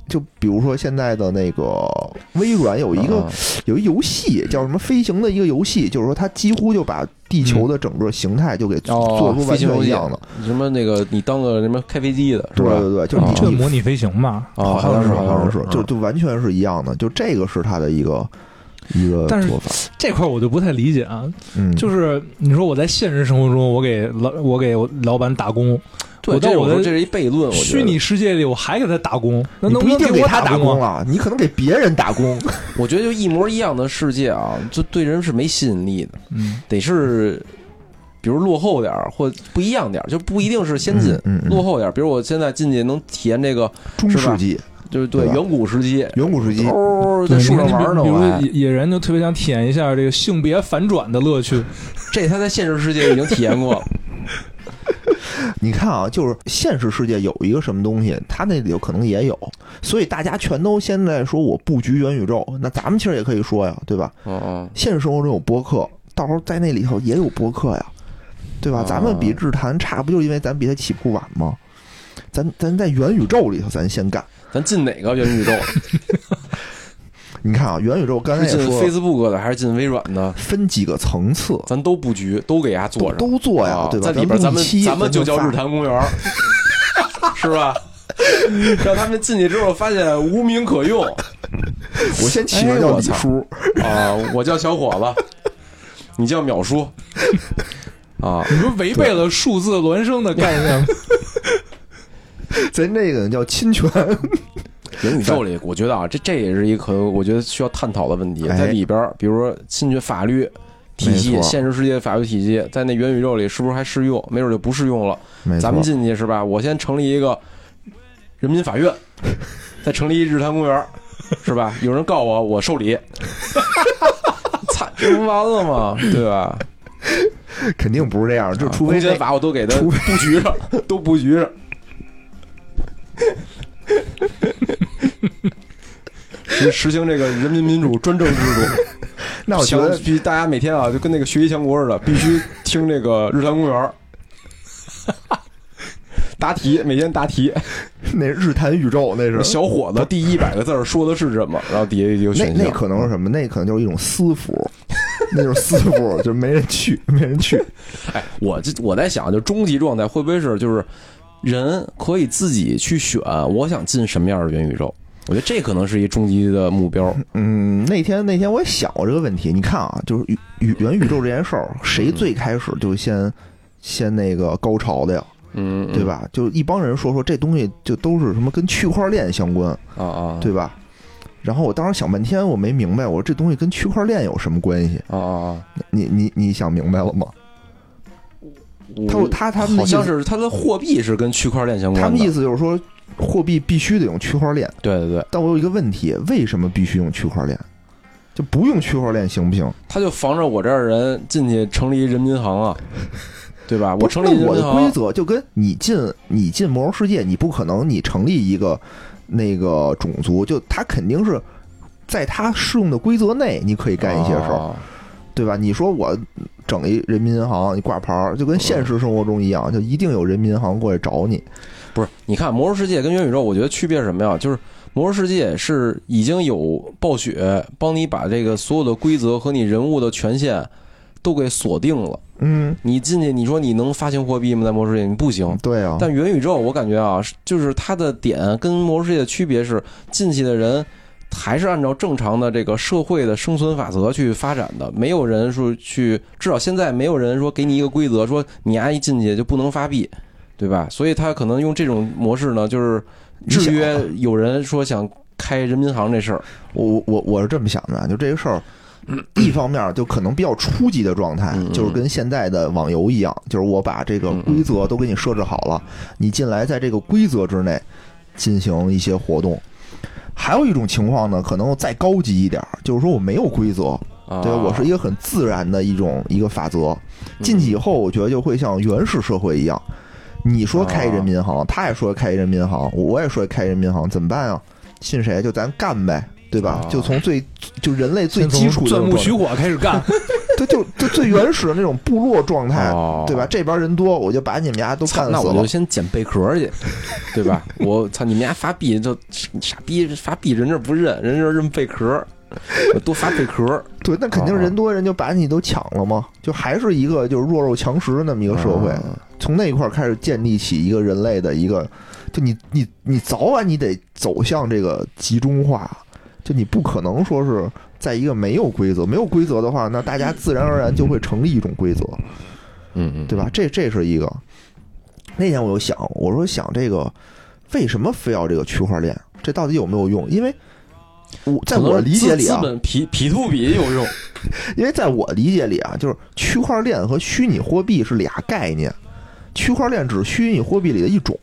S1: 就比如说现在的那个微软有
S2: 嗯，
S1: 一个、
S2: 啊
S1: 有一游戏叫什么飞行的一个游戏，就是说它几乎就把地球的整个形态就给
S3: 嗯
S2: 哦
S1: 做出完全一样的，
S2: 什么那个你当个什么开飞机的是
S1: 对
S2: 吧？
S1: 对对，就是
S2: 啊
S1: 你
S3: 这
S1: 你
S3: 模拟飞行嘛，
S2: 啊，
S1: 好像是好像
S2: 是
S1: 是，就就完全是一样的，就这个是它的一个一个
S3: 但是
S1: 做法，
S3: 这块我就不太理解啊。
S1: 嗯，
S3: 就是是你说我在现实生活中，我给老我给我老板打工，
S2: 对，
S3: 我
S2: 这
S3: 到我
S2: 说
S3: 的
S2: 这是一悖论，我觉得
S3: 虚拟世界里我还给他打工，那
S1: 你
S3: 能
S1: 不一
S3: 能
S1: 定
S3: 给我
S1: 他打
S3: 工
S1: 工
S3: 啊？
S1: 啊，你可能给别人打
S3: <laughs>
S1: 工，
S2: 我觉得就一模一样的世界啊，就对人是没吸引力的。
S3: 嗯，
S2: 得是，比如落后点儿或不一样点儿，就不一定是先进，
S1: 嗯嗯嗯
S2: 落后点儿。比如我现在进去能体验这个，
S1: 中
S2: 是
S1: 世
S2: 吧
S1: 纪、
S2: 就是对
S1: 对吧嗯
S2: 远古时期，
S1: 远古时期，
S2: 哦，在
S3: 对，
S2: 树上
S3: 你比
S2: 玩儿呢，
S3: 比如
S2: 我
S3: 说
S2: 还
S3: 野野人就特别想体验一下这个性别反转的乐趣，
S2: 这他在现实世界已经体
S1: <laughs>
S2: 验过了，
S1: 你看啊，就是现实世界有一个什么东西，它那里头可能也有，所以大家全都现在说我布局元宇宙，那咱们其实也可以说呀，对吧？
S2: 嗯嗯，
S1: 现实生活中有播客，到时候在那里头也有播客呀，对吧
S2: 啊？
S1: 咱们比日坛差，不就是因为咱比它起步晚吗？咱咱在元宇宙里头，咱先干。
S2: 咱进哪个元宇宙？
S1: 你看啊，元宇宙刚才
S2: 是进
S1: 也说了
S2: Facebook 的还是进微软的？
S1: 分几个层
S2: <laughs>
S1: 次，
S2: 咱都布局，都给它
S1: 都
S2: 做上，
S1: 都做呀
S2: 啊，
S1: 对吧？
S2: 在里边咱
S1: 咱录
S2: 们
S1: 一期
S2: 咱们就叫
S1: 发
S2: 日坛公园儿， <laughs> 是
S1: <laughs>
S2: 吧？让他们进去之后发现无名可用
S1: 我先起
S2: 哎
S1: 名叫
S2: 我
S1: 李
S2: 操
S1: 叔，
S2: 啊！我叫小伙子，你叫淼叔啊！
S3: 你说违背了数字孪生的概念吗？
S1: 咱这个叫侵权。
S2: 元宇宙里，我觉得啊，这这也是一个可我觉得需要探讨的问题，
S1: 哎
S2: 在里边儿，比如说侵权法律体系
S1: 没，错
S2: 现实世界法律体系，在那元宇宙里是不是还适用？没准就不适用了。
S1: 没错
S2: 咱们进去是吧？我先成立一个人民法院，
S1: <laughs>
S2: 再成立一日坛公园，是吧？有人告我，我受理。 <laughs> 操，这不完了吗？对吧？
S1: 肯定不是这样，就除非
S2: 公
S1: 这
S2: 检法我都啊给他
S1: 除非
S2: 布局 <laughs> 上，都布局上。实实行这个人民民主专政制度，
S1: <laughs> 那我觉得
S2: 强必须大家每天啊，就跟那个学习强国似的，必须听这个日坛公园 <laughs> 儿答题，每天答题。
S1: 那日坛宇宙那
S2: <laughs>
S1: 是。
S2: 小伙子第一百个字儿说的是什么？然后底下有
S1: 那
S2: 选项。
S1: 那可能是什么？那可能就是一种私服， <laughs> 那就是私服，就没人去，没人去。
S2: 哎，我这我在想，就终极状态会不会是就是人可以自己去选，我想进什么样的元宇宙？我觉得这可能是一终极的目标。
S1: 嗯，那天那天我也想过这个问题。你看啊，就是宇宇元宇宙这件事儿，谁
S2: 嗯
S1: 最开始就先先那个高潮的呀？
S2: 嗯，
S1: 对？吧？就一帮人说说这东西就都是什么跟区块链相关，
S2: 啊啊，
S1: 对吧？然后我当时想半天，我没明白，我说这东西跟区块链有什么关系？
S2: 啊啊
S1: 你你你想明白了吗？
S2: 啊！
S1: 他他他们的
S2: 好
S1: 意思
S2: 像是他的货币是跟区块链相关的。
S1: 他们意思就是说，货币必须得用区块链。
S2: 对对对，
S1: 但我有一个问题，为什么必须用区块链？就不用区块链行不行？
S2: 他就防着我这儿人进去成立人民银行啊，对吧？我成立
S1: 不
S2: 人
S1: 是那我
S2: 民银
S1: 的规
S2: 行，
S1: 则就跟你进你进魔兽世界，你不可能你成立一个那个种族，就他肯定是在他适用的规则内，你可以干一些事儿，
S2: 啊
S1: 对吧？你说我整一人民银行，你挂牌儿，就跟现实生活中一样，就一定有人民银行过来找你。
S2: 不是，你看《魔兽世界》跟元宇宙，我觉得区别是什么呀？就是《魔兽世界》是已经有暴雪帮你把这个所有的规则和你人物的权限都给锁定了。
S1: 嗯，
S2: 你进去，你说你能发行货币吗？在《魔兽世界》你不行。
S1: 对啊，
S2: 但元宇宙，我感觉啊，是就是它的点跟《魔兽世界》的区别是，进去的人还是按照正常的这个社会的生存法则去发展的，没有人说去，至少现在没有人说给你一个规则，说你阿一进去就不能发币，对吧？所以他可能用这种模式呢，就是制约有人说想开人民行这事儿。
S1: 我我我我是这么想的啊，就这个事儿，一方面就可能比较初级的状态
S2: 嗯，嗯
S1: 就是跟现在的网游一样，就是我把这个规则都给你设置好了，你进来在这个规则之内进行一些活动。还有一种情况呢，可能再高级一点儿，就是说我没有规则，
S2: 啊
S1: 对，我是一个很自然的一种一个法则。进去以后，我觉得就会像原始社会一样，你说开一人民银行，他也说开一人民银行，我也说开一人民银行，怎么办啊？信谁就咱干呗，对吧？
S2: 啊
S1: 就从最就人类最
S3: 先从
S1: 基础的
S3: 钻木取
S1: 火，
S3: 火开始干，
S1: 对，就就最原始的那种部落状态，
S2: 哦
S1: 对吧？这边人多，我就把你们家都
S2: 操
S1: 干
S2: 那
S1: 死
S2: 我
S1: 了
S2: 就。先捡贝壳去，对吧？我操，你们家发币就傻逼发币，人这不认，人这认贝壳，我多发贝
S1: <laughs>
S2: 壳。
S1: 对，那肯定
S2: 啊
S1: 人多人就把你都抢了嘛，就还是一个就是弱肉强食的那么一个社会。
S2: 啊
S1: 从那一块儿开始建立起一个人类的一个，就你你你早晚你得走向这个集中化，就你不可能说是在一个没有规则，没有规则的话，那大家自然而然就会成立一种规则，
S2: 嗯嗯，
S1: 对吧？这这是一个。那天我就想，我说想这个为什么非要这个区块链？这到底有没有用？因为我在
S2: 可
S1: 我
S2: 能
S1: 理解里
S2: 资
S1: 啊
S2: 资，本皮皮兔比有
S1: <laughs>
S2: 用。
S1: 因为在我理解里啊，就是区块链和虚拟货币是俩概念。区块链只是虚拟货币里的一种，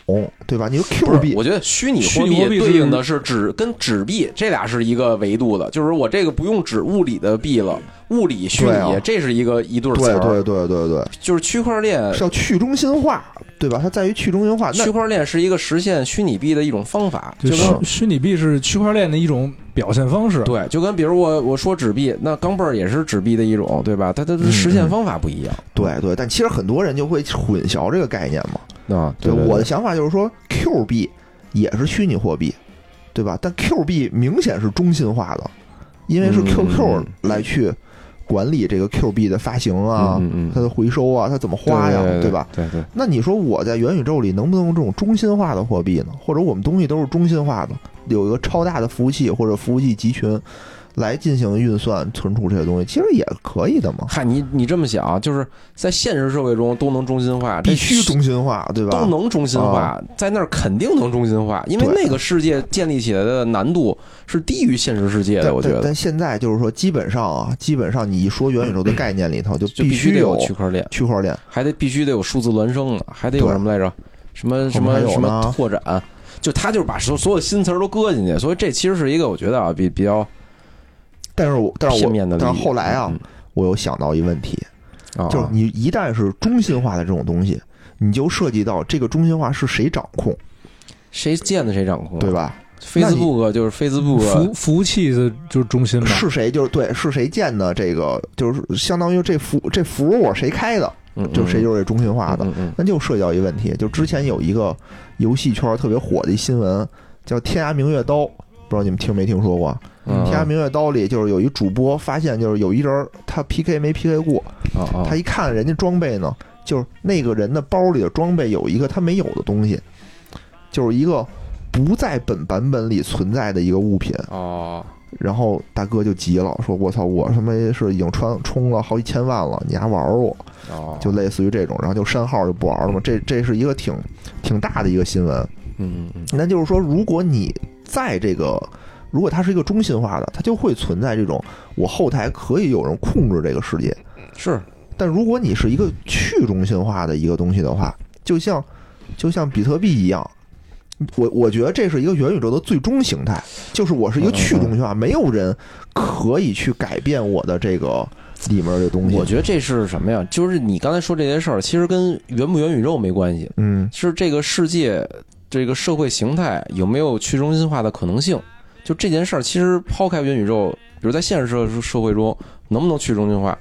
S1: 对吧？你说
S2: 不
S1: Q
S2: 是，
S1: 币
S2: 我觉得虚拟
S3: 虚
S2: 货
S3: 拟
S2: 币
S3: 货币
S2: 对
S3: 是
S2: 应的是纸跟纸币，这俩是一个维度的，就是我这个不用纸物理的币了，物理虚
S1: 对啊
S2: 拟，这是一个一对儿呃词
S1: 对
S2: 儿。
S1: 对对对对，
S2: 就是区块链，
S1: 是要去中心化，对吧？它在于去中心化。那
S2: 区块链是一个实现虚拟币的一种方法，就
S3: 就
S2: 跟
S3: 虚虚拟币是区块链的一种表现方式。
S2: 对，就跟比如我我说纸币，那钢镚儿也是纸币的一种，对吧？它它的
S1: 嗯
S2: 实现方法不一样
S1: 对对，但其实很多人就会混淆这个概念嘛。
S2: 啊。
S1: 对
S2: 对
S1: 我的想法就是说，Q 币也是虚拟货币，对吧？但 Q 币明显是中心化的，因为是
S2: 嗯
S1: QQ 来去管理这个 Q 币的发行啊，
S2: 嗯嗯嗯
S1: 它的回收啊，它怎么花呀，
S2: 对
S1: 对吧？？
S2: 对对，
S1: 那你说我在元宇宙里能不能用这种中心化的货币呢？或者我们东西都是中心化的，有一个超大的服务器或者服务器集群来进行运算、存储这些东西，其实也可以的嘛。
S2: 嗨，你你这么想，啊就是在现实社会中都能中心化，
S1: 必
S2: 这
S1: 须中心化，对吧
S2: 都？能中心化，在那儿肯定能中心化，因为
S1: 对
S2: 那个世界建立起来的难度是低于现实世界的，
S1: 但
S2: 我觉
S1: 但
S2: 得
S1: 但现在就是说，基本上啊，基本上你一说元宇宙的概念里头，就
S2: 嗯就必
S1: 须
S2: 得
S1: 有
S2: 有区块链，
S1: 区块链。
S2: 还得必须得有数字孪生呢，还得有
S1: 对
S2: 什么来着？什么什
S1: 我
S2: 么
S1: 们还有
S2: 什么
S1: 呢
S2: 拓展？就他就是把所所有的新词儿都搁进去，所以这其实是一个我觉得啊比比较
S1: 但是我但是
S2: 片
S1: 我
S2: 面的理解。
S1: 但是后来啊
S2: 嗯，，
S1: 我又想到一问题，
S2: 啊
S1: 就是你一旦是中心化的这种东西，你就涉及到这个中心化是谁掌控，
S2: 谁建的谁掌控，啊
S1: 对？吧？
S2: Facebook 就是
S3: 服
S2: Facebook，
S3: 服务器的就是中心嘛，
S1: 是谁就是对是谁建的这个，就是相当于这服这服务我谁开的，
S2: 嗯
S1: 就谁就是这中心化的。
S2: 嗯嗯
S1: 那就涉及到一个问题，就之前有一个游戏圈特别火的一新闻，叫《天涯明月刀》，不知道你们听没听说过？
S2: 嗯，
S1: 天涯明月刀》里就是有一主播发现，就是有一人儿他 PK 没 PK 过，
S2: 啊啊，
S1: 他一看人家装备呢，就是那个人的包里的装备有一个他没有的东西，就是一个不在本版本里存在的一个物品。
S2: 哦，
S1: 然后大哥就急了，说：“我操，我他妈是已经穿充了好几千万了，你还玩我？”
S2: 哦
S1: 就类似于这种，然后就删号就不玩了嘛。这这是一个挺挺大的一个新闻。
S2: 嗯嗯
S1: 那就是说，如果你在这个，如果它是一个中心化的，它就会存在这种我后台可以有人控制这个世界。
S2: 嗯，是
S1: 但如果你是一个去中心化的一个东西的话，就像就像比特币一样，我我觉得这是一个元宇宙的最终形态，就是我是一个去中
S2: 嗯
S1: 心化，没有人可以去改变我的这个里面的东西。
S2: 我觉得这是什么呀？就是你刚才说这些事儿，其实跟元不元宇宙没关系，
S1: 嗯，
S2: 是这个世界这个社会形态有没有去中心化的可能性？就这件事儿，其实抛开元宇宙，比如在现实社社会中能不能去中心化，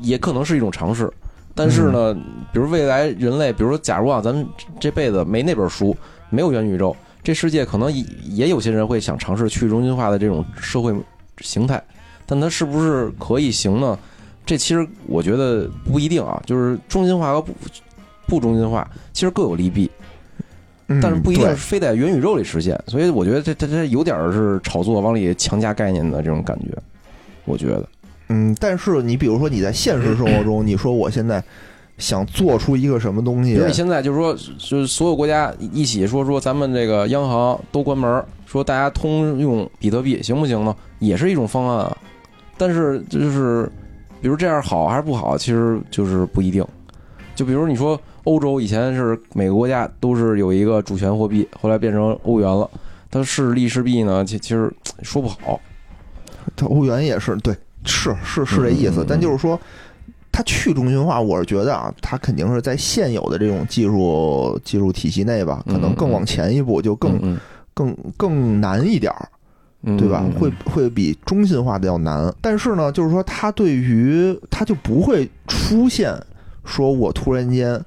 S2: 也可能是一种尝试。但是呢，比如未来人类，比如说假如啊，咱们这辈子没那本书，没有元宇宙，这世界可能也也有些人会想尝试去中心化的这种社会形态，但它是不是可以行呢？这其实我觉得不一定啊，就是中心化和不不中心化其实各有利弊，
S1: 嗯
S2: 但是不一定
S1: 对
S2: 是非得元宇宙里实现，所以我觉得这这这有点儿是炒作往里强加概念的这种感觉，我觉得，
S1: 嗯，但是你比如说你在现实生活中，你说我现在想做出一个什么东
S2: 比
S1: 西
S2: 如，你现在就是说，就是所有国家一起说说咱们这个央行都关门儿，说大家通用比特币行不行呢？也是一种方案啊，但是就是比如这样好还是不好，其实就是不一定。就比如你说欧洲以前是每个国家都是有一个主权货币，后来变成欧元了，它是利是弊呢？其其实说不好。
S1: 它欧元也是对，是是是这意
S2: 嗯嗯
S1: 思
S2: 嗯，
S1: 但就是说。它去中心化，我是觉得啊，它肯定是在现有的这种技术技术体系内吧，可能更往前一步就更
S2: 嗯
S1: 更更难一点儿。
S2: 嗯
S1: 对吧
S2: 嗯？
S1: 会会比中心化的要难。但是呢，就是说它对于它就不会出现说我突然间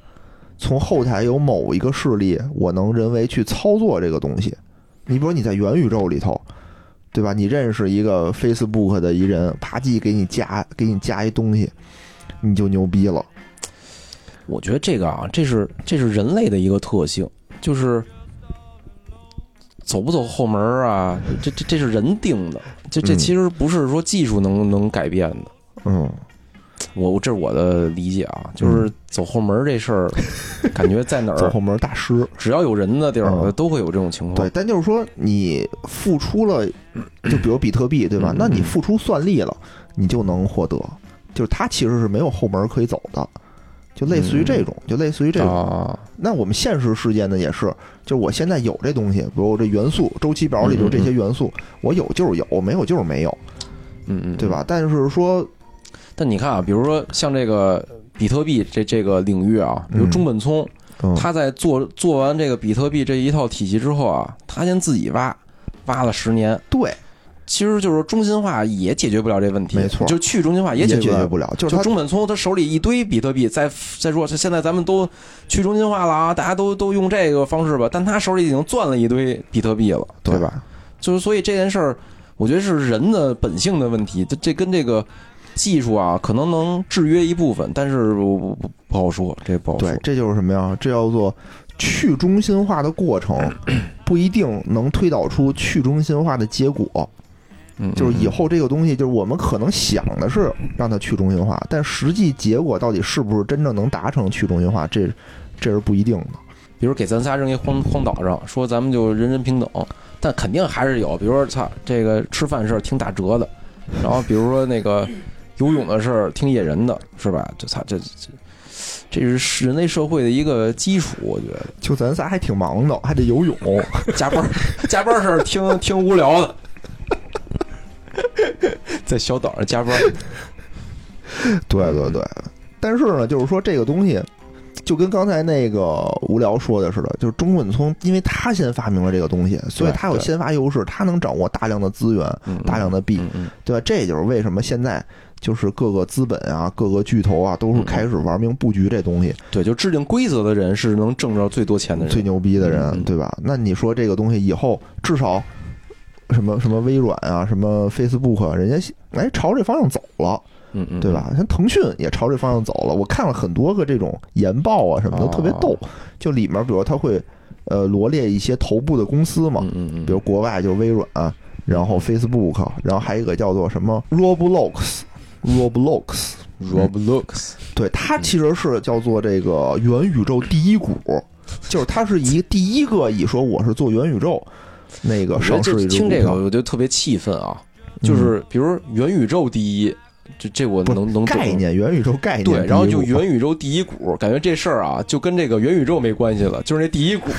S1: 从后台有某一个势力，我能人为去操作这个东西。你比如你在元宇宙里头，对吧？你认识一个 Facebook 的一人，啪叽给你加给你加一东西，你就牛逼了。
S2: 我觉得这个啊，这是这是人类的一个特性，就是走不走后门儿啊，这这这是人定的，这这
S1: 嗯
S2: 其实不是说技术能能改变的。
S1: 嗯，
S2: 我这是我的理解啊，就是走后门儿这事儿，
S1: <laughs>
S2: 感觉在哪
S1: 走
S2: 儿
S1: 后门大师。
S2: 只要有人的地儿
S1: 嗯
S2: 都会有这种情况
S1: 对，。但就是说你付出了，
S2: <clears throat>
S1: 就比如比特币对吧
S2: 嗯？
S1: 那你付出算力了，你就能获得，就是它其实是没有后门可以走的，就类似于这种，就类似于这种。
S2: 嗯啊，
S1: 那我们现实世界呢也是，就是我现在有这东西，比如我这元素周期表里头这些元素，我有就是有，我没有就是没有，
S2: 嗯嗯，
S1: 对吧？但是说，
S2: 但你看啊，比如说像这个比特币这这个领域啊，比如
S1: 嗯
S2: 中本聪，
S1: 嗯，
S2: 他在做做完这个比特币这一套体系之后啊，他先自己挖，挖了十年，
S1: 对，
S2: 其实就是说中心化也解决不了这问题，
S1: 没错
S2: 就去中心化也
S1: 也
S2: 解
S1: 解
S2: 决不
S1: 决
S2: 了。
S1: 不了，就是
S2: 就
S1: 它
S2: 中本聪他手里一堆比特币，再再说现在咱们都去中心化了啊，大家都都用这个方式吧，但他手里已经攥了一堆比特币了，对吧？
S1: 吧？
S2: 就是所以这件事儿，我觉得是人的本性的问题，这这跟这个技术啊，可能能制约一部分，但是我不不不好说，这不好说
S1: 对，。这就是什么呀？这叫做去中心化的过
S2: <clears throat>
S1: 程，不一定能推导出去中心化的结果。
S2: 嗯，
S1: 就是以
S2: 后。
S1: 后这个东西，就是我们可能想的是让它去中心化，但实际结果到底是不是真正能达成去中心化，这这是不一定的。
S2: 比如给咱仨扔一荒荒岛上，说咱们就人人平等，但肯定还是有，比如说操这个吃饭事儿听打折的，然后比如说那个游泳的事儿听野人的，是吧？ <laughs> 这操这这这是人类社会的一个基础，我觉得 <laughs>
S1: 就咱仨还挺忙的，还得游泳。
S2: 加班儿 <laughs> 加班儿事儿听听无聊的， <laughs> 在小岛上加班儿，
S1: 对对对，但是呢，就是说这个东西。就跟刚才那个无聊说的似的，就是中本聪，因为他先发明了这个东西，所以
S2: 对
S1: 他有
S2: 对
S1: 先发优势，他能掌握大量的资源、
S2: 嗯
S1: 大量的币，
S2: 嗯嗯
S1: 对吧？这也就是为什么现在就是各个资本啊、各个巨头啊，都
S2: 嗯
S1: 是开始玩命布局这东西，
S2: 对，就制定规则的人是能挣着最多钱的人，
S1: 最牛逼的
S2: 嗯
S1: 人
S2: 嗯，
S1: 对吧？那你说这个东西以后至少什么什么微软啊，什么 Facebook，啊人家哎朝这方向走了，
S2: 嗯嗯，
S1: 对吧？像腾讯也朝这方向走了，我看了很多个这种研报啊什么的，
S2: 哦
S1: 特别逗。就里面比如他会呃罗列一些头部的公司嘛，
S2: 嗯？嗯嗯嗯，
S1: 比如国外就是微软、啊然后 Facebook，然后还有一个叫做什么 Roblox。Roblox，
S2: 嗯 Roblox，
S1: 对它其实是叫做这个元宇宙第一股，就是它是一第一个以说我是做元宇宙那个
S2: 我觉
S1: 上
S2: 得
S1: 市
S2: 就
S1: 一只
S2: 听
S1: 股
S2: 这个，
S1: 票，
S2: 我就特别气愤啊！就是比如元宇宙第一，这这我
S1: 不是
S2: 能能懂
S1: 概念元宇宙概念第一股，
S2: 对，然后就元宇宙第一股，感觉这事儿啊就跟这个元宇宙没关系了，就是那第一
S1: <laughs>
S2: 股，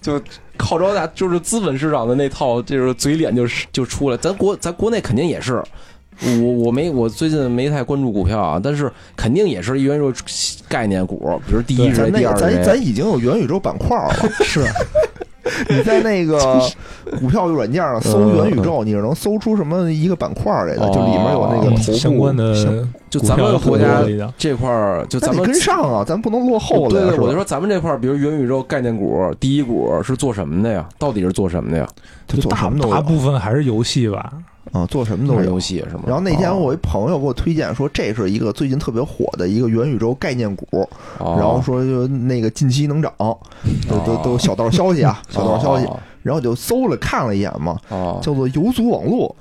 S2: 就号召大就是资本市场的那套，就是嘴脸就是就出来。咱国咱国内肯定也是，我我没我最近没太关注股票啊，但是肯定也是元宇宙概念股，比如第一谁，
S3: 对
S1: 咱那
S2: 第
S1: 个
S2: 二
S1: 咱
S2: 谁，
S1: 咱已经有元宇宙板块
S2: <laughs>
S1: 了，是。你在那个股票软件上
S2: 嗯
S1: 搜元宇宙，你是能搜出什么一个板块来的？就里面有那个
S2: 嗯
S1: 头部
S3: 相关
S1: 相
S3: 的
S2: 就咱们
S3: 股
S2: 国
S3: 票
S2: 家
S3: 都多了已经
S2: 这块儿，就
S1: 咱
S2: 咱
S1: 得
S2: 们
S1: 跟上啊，咱不能落后了
S2: 对
S1: 呀。
S2: 对，
S1: 是吧
S2: 我就说咱们这块儿，比如元宇宙概念股、第一股是做什么的呀？到底是做什么的呀？
S1: 就
S3: 就
S1: 做
S3: 大
S1: 什么都有
S3: 大部分还是游戏吧，
S1: 啊，做什么都
S2: 玩
S1: 有
S2: 游。戏是吗？哦
S1: 然后那天我一朋友给我推荐说，这是一个最近特别火的一个元宇宙概念股，
S2: 哦，
S1: 然后说就那个近期能涨，都都都小道消
S2: <laughs>
S1: 息啊，小道消息。
S2: 哦
S1: 然后我就搜了看了一眼嘛，
S2: 哦，
S1: 叫做游族网络。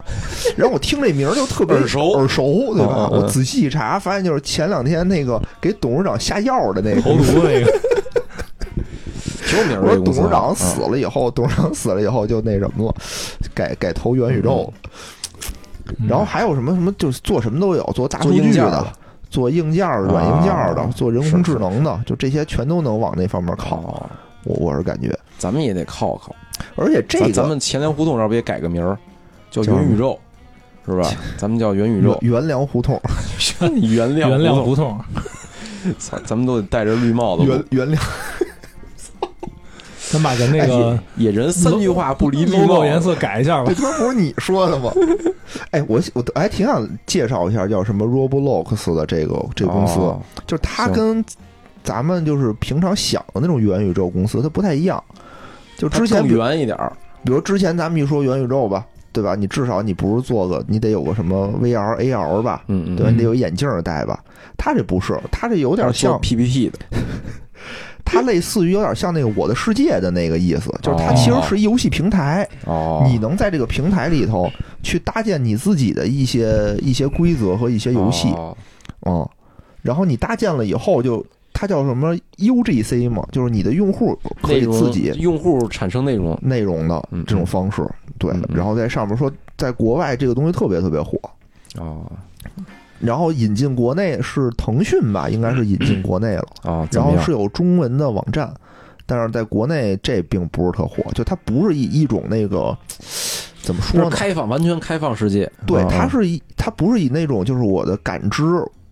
S1: 然后我听这名儿就特别
S2: 耳熟
S1: 耳熟，对吧
S2: 嗯？嗯
S1: 我仔细一查，发现就是前两天那个给董事长下药的那个
S3: 投毒那个
S2: 挺有名儿
S1: 我说
S2: 的一个
S1: 董
S2: 公司
S1: 事
S2: 啊
S1: 长死了以后，董事长死了以后就那什么了，改改投元宇宙。然后还有什么什么，就是做什么都有，做大数
S2: 嗯做硬
S1: 据
S2: 件
S1: 的
S2: 的，
S1: 做硬件儿、软硬件儿的
S2: 啊，
S1: 做人工智能的，就这些全都能往那方面靠。
S2: 哦，
S1: 我我是感觉，
S2: 咱们也得靠靠。
S1: 而且这
S2: 咱咱
S1: 个
S2: 们前粮胡同这儿不也改个名儿，叫
S1: 叫什
S2: 元
S1: 么，
S2: 宇宙，是吧？咱们叫元宇宙
S1: 元粮胡同，
S2: 原谅 <laughs> 原
S3: <laughs> 原谅
S2: 谅，
S3: 胡同，
S2: 操咱们都得戴着绿帽子。
S1: 元元粮
S3: 咱把咱那个
S2: 野人三句话不哎离绿
S3: logo
S2: 帽
S3: 颜，色改一下吧
S1: 这。他妈不是你说的吗？ <laughs> 哎，我我还挺想介绍一下叫什么 Roblox 的这个这个公司，
S2: 哦
S1: 就是它
S2: 行
S1: 跟咱们就是平常想的那种元宇宙公司它不太一样。就
S2: 它
S1: 之前
S2: 更
S1: 比如
S2: 圆一点儿，
S1: 比如之前咱们一说元宇宙吧，对吧？你至少你不是做个，你得有个什么 VR、AR 吧，
S2: 嗯嗯，
S1: 对吧？
S3: 嗯
S1: 你得有眼镜儿戴吧。它这不是，它这有
S2: 有
S1: 点像，
S2: PPT 的，
S1: 它类似于有点像那个《我的世界》的那个意思，就是它
S2: 哦
S1: 其实是一游戏平台，
S2: 哦，
S1: 你能在这个平台里头去搭建你自己的一些一些规则和一些游戏，
S2: 哦
S1: 嗯，然后你搭建了以后就。它叫什么 UGC 嘛，就是你的用户可以
S2: 内容
S1: 自己
S2: 用户产生内容，
S1: 内容的
S2: 嗯
S1: 这种方式，对
S2: 嗯。嗯
S1: 然后在上面说，在国外这个东西特别特别火，
S2: 哦
S1: 然后引进国内是腾讯吧，应该是引进国
S2: <clears throat>
S1: 内了，
S2: 哦，怎
S1: 然
S2: 么
S1: 后
S2: 样
S1: 是有中文的网站，但是在国内这并不是特火，就它不是一一种那个怎么
S2: 就
S1: 说呢？
S2: 是开放，完全开放世界，
S1: 对
S2: 嗯，
S1: 它是以它不是以那种就是我的感知、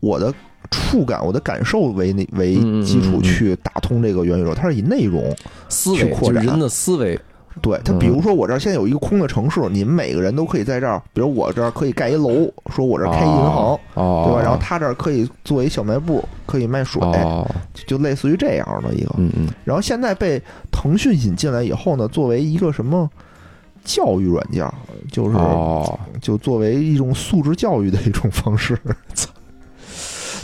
S1: 我的触感、我的感受为那为
S2: 嗯嗯嗯
S1: 基础
S2: 嗯
S1: 去打通这个元宇宙，它是以内容
S2: 思维
S1: 去，扩
S2: 就是
S1: 展
S2: 人的思维，
S1: 对他，比如说我这儿现在有一个空的城市，你们每个人都可以在这儿，比如我这儿可以盖一楼，说我这儿开一银行，
S2: 哦，
S1: 对吧？然后他这儿可以做一小卖部，可以卖水，
S2: 哦，
S1: 就类似于这样的一个。
S2: 嗯嗯，
S1: 然后现在被腾讯引进来以后呢，作为一个什么教育软件儿，就是、
S2: 哦，
S1: 就作为一种素质教育的一种方式。 <laughs>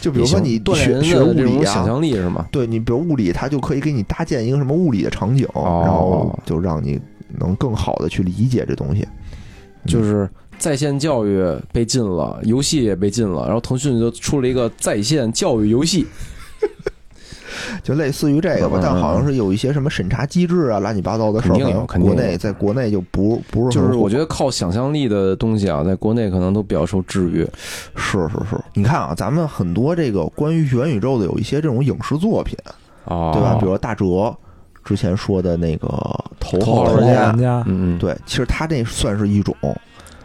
S1: 就比如说你
S2: 也行锻炼
S1: 学
S2: 人
S1: 学
S2: 的
S1: 物
S2: 这种
S1: 理
S2: 想
S1: 啊，
S2: 象力是吗？
S1: 对你，比如物理，它就可以给你搭建一个什么物理的场景，
S2: 哦
S1: 然后就让你能更好的去理解这东西。
S2: 就是在线教育被禁了，游戏也被禁了，然后腾讯就出了一个在线教育游戏。
S1: 就类似于这个吧
S2: 嗯嗯，嗯
S1: 但好像是有一些什么审查机制啊，乱七八糟的事儿。
S2: 肯定有
S1: 好像
S2: 肯定
S1: 国
S2: 有
S1: 内在国内就不不是
S2: 就
S1: 很火，
S2: 是我觉得靠想象力的东西啊，在国内可能都比较受制约。
S1: 是是是。你看啊，咱们很多这个关于元宇宙的有一些这种影视作品，
S2: 哦，
S1: 对吧？比如说大哲之前说的那个头
S2: 头号
S1: 号
S2: 玩
S1: 玩
S2: 家
S1: 家，
S3: 家
S2: 嗯嗯，
S1: 对，其实它这算是一种，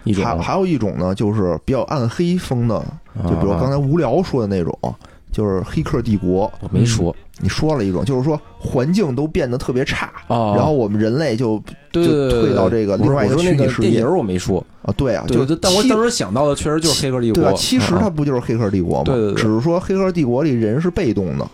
S2: 一种
S1: 还还有一种呢，就是比较暗黑风的，就比如刚
S2: 啊
S1: 才无聊说的那种，就是《黑客帝国》，
S2: 我没说
S1: 你说了一种，就是说环境都变得特别差，
S2: 啊，
S1: 嗯然后我们人类就
S2: 对
S1: 就
S2: 对对
S1: 退到这个
S2: 不是
S1: 另外一
S2: 我
S1: 个
S2: 说
S1: 虚
S2: 那
S1: 拟
S2: 个
S1: 世
S2: 电
S1: 界
S2: 影我没说，
S1: 啊，对啊，
S2: 对，
S1: 就
S2: 就但我
S1: 其
S2: 当时想到的确实就是《黑客帝
S1: 对
S2: 国
S1: 吧？》，其实
S2: 嗯
S1: 它
S2: 嗯
S1: 不就是黑客帝国吗？
S2: 对对对
S1: 只是说黑客帝国里人是被动
S2: <clears throat>
S1: 的。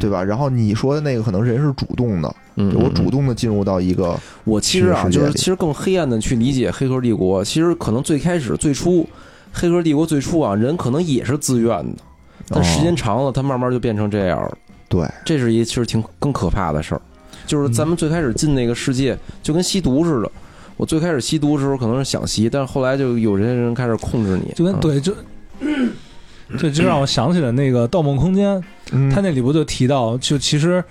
S1: 对吧？然后你说的那个可能人是主动的，
S2: 嗯
S1: 就我
S2: 嗯
S1: 主动的进入到一个
S2: 我其实啊，
S1: 虚拟世界
S2: 就
S1: 里
S2: 是其实更黑暗的去理解《黑客帝国》，其实可能最开始最初，《黑客帝国》最初啊，人可能也是自愿的，但时
S1: 哦
S2: 间长了，它慢慢就变成这样了。
S1: 对，
S2: 这是一其实挺更可怕的事儿，就是咱们最开始进那个世界就跟吸毒似的。我最开始吸毒的时候可能是想吸，但是后来就有这些人开始控制你，
S3: 就跟
S2: 嗯
S3: 对就。这就让我想起了那个《盗梦空间》，
S1: 嗯
S3: 它那里不就提到，就其实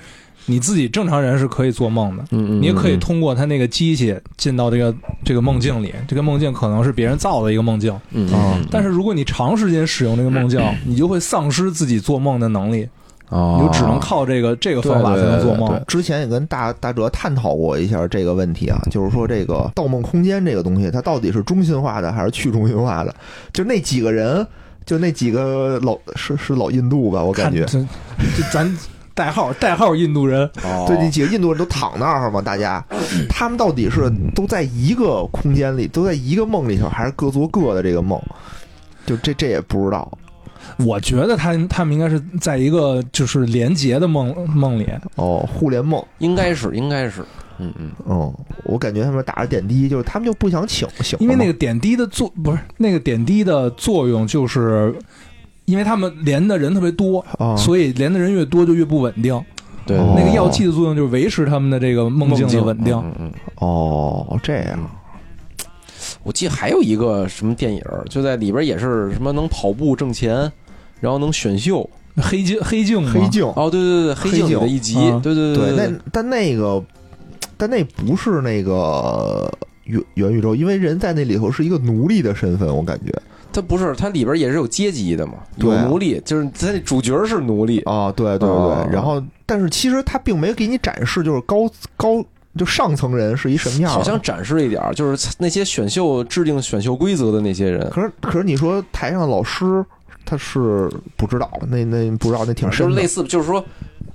S3: 你自己正常人是可以做梦的，
S2: 嗯，嗯
S3: 你也可以
S2: 嗯
S3: 通过它那个机器进到这个这个梦境里，这个梦境可能是别人造的一个梦境，
S2: 嗯，
S1: 啊
S2: 嗯
S3: 但是如果你长时间使用这个梦境，你就会丧失自己做梦的能力，
S2: 哦
S3: 你就只能靠这个这个
S2: 对
S3: 方法才
S2: 对
S3: 能做
S2: 对
S3: 梦。
S1: 之前也跟大大哲探讨过一下这个问题啊，就是说这个《盗梦空间》这个东西，它到底是中心化的还是去中心化的？就那几个人，就那几个老是 <laughs> 是老印度吧，我感
S3: 看
S1: 觉，
S3: 这这咱代号代号印度人，
S2: 哦
S1: 对，那几个印度人都躺那儿嘛，大家，
S3: 嗯
S1: 他们到底是都在一个空间里，都在一个梦里头，还是各做各的这个梦？就这这也不知道，
S3: 我觉得他他们应该是在一个就是连结的梦梦里，
S1: 哦，互联梦，
S2: 应该是应该是，嗯嗯，
S1: 嗯，我感觉他们打着点滴，就是他们就不想请醒了嘛，
S3: 因为那个点滴的作不是那个点滴的作用，就是因为他们连的人特别多，
S1: 啊，
S3: 所以连的人越多就越不稳定。
S2: 对，
S1: 哦
S3: 那个药剂的作用就是维持他们的这个梦境的稳定。
S2: 嗯嗯，
S1: 哦，这样，
S2: 我记得还有一个什么电影，就在里边也是什么能跑步挣钱，然后能选秀。
S3: 黑镜黑镜嘛
S1: 嗯黑镜，
S2: 哦，对对对，黑
S1: 黑
S2: 镜里
S1: 镜
S2: 的一集
S3: 啊，
S2: 对对
S1: 对，
S2: 对，
S1: 那但那个，但那不是那个元元宇宙，因为人在那里头是一个奴隶的身份，我感觉
S2: 它不是它里边也是有阶级的嘛，有
S1: 对啊
S2: 奴隶，就是它那主角是奴隶，
S1: 啊，对对对，
S2: 哦
S1: 然后但是其实他并没给你展示，就是高高就上层人是一什么样的，
S2: 好像展示了一点儿，就是那些选秀制定选秀规则的那些人，
S1: 可是可是你说台上的老师他是不知道，那那不知道那挺
S2: 就
S1: 深
S2: 是
S1: 的
S2: 类似，就是说，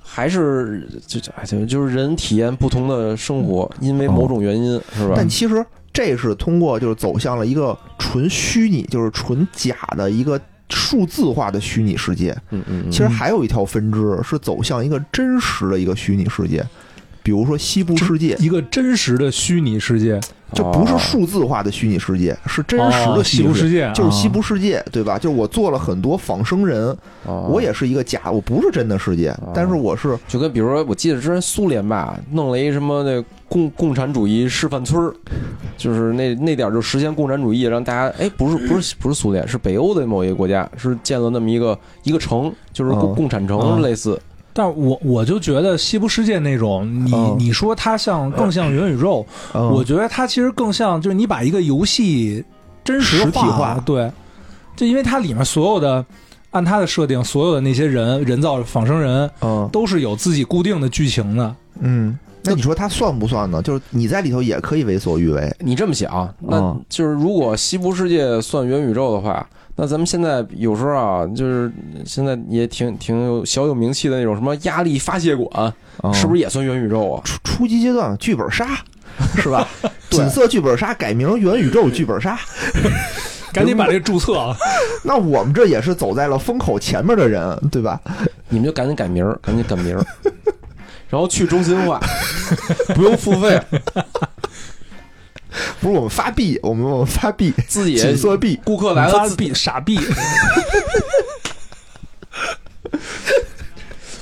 S2: 还是就就哎就就是人体验不同的生活，因为某种原因，是吧
S1: 哦但？其实这是通过就是走向了一个纯虚拟，就是纯假的一个数字化的虚拟世界。
S2: 嗯嗯，嗯
S1: 其实还有一条分支是走向一个真实的一个虚拟世界，比如说西部世界，
S3: 一个真实的虚拟世界，
S1: 就
S2: 哦
S1: 不是数字化的虚拟世界，是真实
S3: 哦
S1: 的
S3: 西
S1: 西
S3: 部
S1: 部
S3: 世
S1: 界。
S3: 界，
S1: 就是西
S3: 啊
S1: 部世界，对吧？就是我做了很多仿生人，
S2: 哦，
S1: 我也是一个假，我不是真的世界，但是我是
S2: 就跟比如说，我记得之前苏联吧，弄了一什么那共共产主义示范村儿，就是那那点儿就实现共产主义，让大家哎，不是不是不是苏联，是北欧的某一个国家，是建了那么一个一个城，就是共
S1: 嗯
S2: 共产城
S3: 嗯
S2: 类似，
S3: 但我我就觉得西部世界那种，你、
S1: 嗯
S3: 你说它像更像元宇宙，
S1: 嗯
S3: 我觉得它其实更像就是你把一个游戏真实
S1: 实体化
S3: 对，就因为它里面所有的按它的设定，所有的那些人人造仿生人
S1: 嗯
S3: 都是有自己固定的剧情的，
S1: 嗯，那你说他算不算呢？就是你在里头也可以为所欲为，
S2: 你这么想，那
S1: 嗯
S2: 就是如果西部世界算元宇宙的话，那咱们现在有时候啊，就是现在也挺挺有小有名气的那种什么压力发泄馆，是不
S1: 是？
S2: 是也算元宇宙啊？ <laughs>
S1: 初初级阶段剧本杀是吧？
S3: 对
S1: 锦瑟剧本杀改名元宇宙剧本杀，
S3: 赶紧把这个注册
S1: <laughs>
S3: 啊！
S1: 那我们这也是走在了风口前面的人，对吧？
S2: 你们就赶紧改名儿，赶紧改名儿， <laughs> 然后去中 <laughs> 心化，不用付费，
S1: 不是我们发币，我们我们发币，
S2: 自己
S1: 锦瑟 <laughs> 币，
S2: 顾客来
S3: 发
S2: 了自
S3: 币
S1: <laughs>
S3: 傻逼，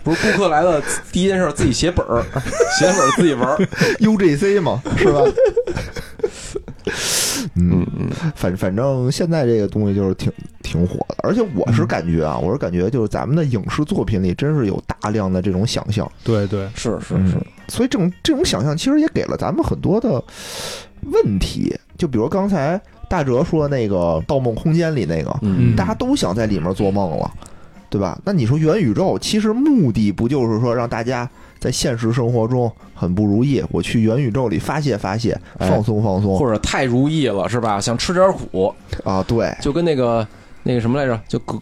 S2: 不是顾客来了，第一件事儿自己写本 <laughs> 儿，写本儿自己玩儿。
S1: UGC 嘛，是 <laughs> 吧？嗯，反反正现在这个东西就是挺挺火的，而且我是感觉啊，我是感觉就是咱们的影视作品里真是有大量的这种想象，
S3: 对对，
S2: 是是是
S1: 嗯，所以这种这种想象其实也给了咱们很多的问题，就比如刚才大哲说那个《盗梦空间》里那个，
S2: 嗯
S3: 嗯
S1: 大家都想在里面做梦了，对吧？那你说元宇宙其实目的不就是说让大家在现实生活中很不如意，我去元宇宙里发泄发泄，
S2: 哎
S1: 放松放松
S2: 或者太如意了是吧？想吃点儿苦，
S1: 啊？对，
S2: 就跟那个那个什么来着，就葛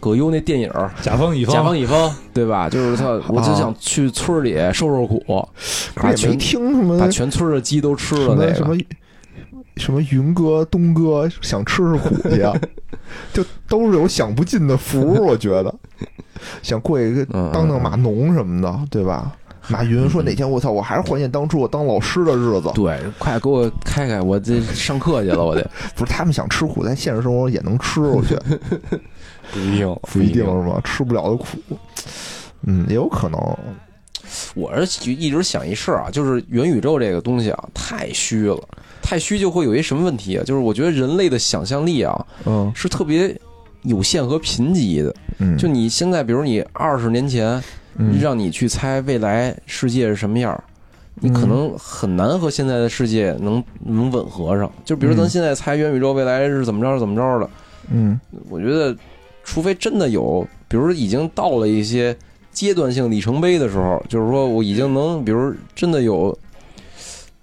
S2: 葛优那电影儿
S3: 甲方乙
S2: 《
S3: 方，
S2: 甲方乙方》，对吧？就是他，我就想去村儿里受受苦，把
S1: 可是也没
S2: 全
S1: 听什么
S2: 把全村儿的鸡都吃
S1: 什
S2: 了
S1: 么
S2: 那
S1: 什么
S2: 个。
S1: 什么云哥、东哥想吃吃苦
S2: <laughs>
S1: 去啊，就都是有享不尽的福，我觉得想过一个
S2: 嗯
S1: 当当码农什么的，对吧？马云说哪天我操，我还是怀念当初我当老师的日子。
S2: 对，快给我开开，我这上课去了，我得
S1: 不是他们想吃苦，在现实生活中也能吃，我觉得。
S2: 不一定，
S1: 不一定是吧？吃不了的苦，嗯，也有可能。
S2: 我是一直想一事儿啊，就是元宇宙这个东西啊，太虚了，太虚就会有一什么问题啊？就是我觉得人类的想象力啊
S1: 嗯
S2: 是特别有限和贫瘠的。
S1: 嗯，
S2: 就你现在，比如你二十年前，
S1: 嗯
S2: 让你去猜未来世界是什么样儿，你
S1: 嗯
S2: 可能很难和现在的世界能能吻合上。就比如咱
S1: 嗯
S2: 现在猜元宇宙未来是怎么着是怎么着的，
S1: 嗯
S2: 我觉得，除非真的有，比如已经到了一些阶段性里程碑的时候，就是说我已经能，比如真的有。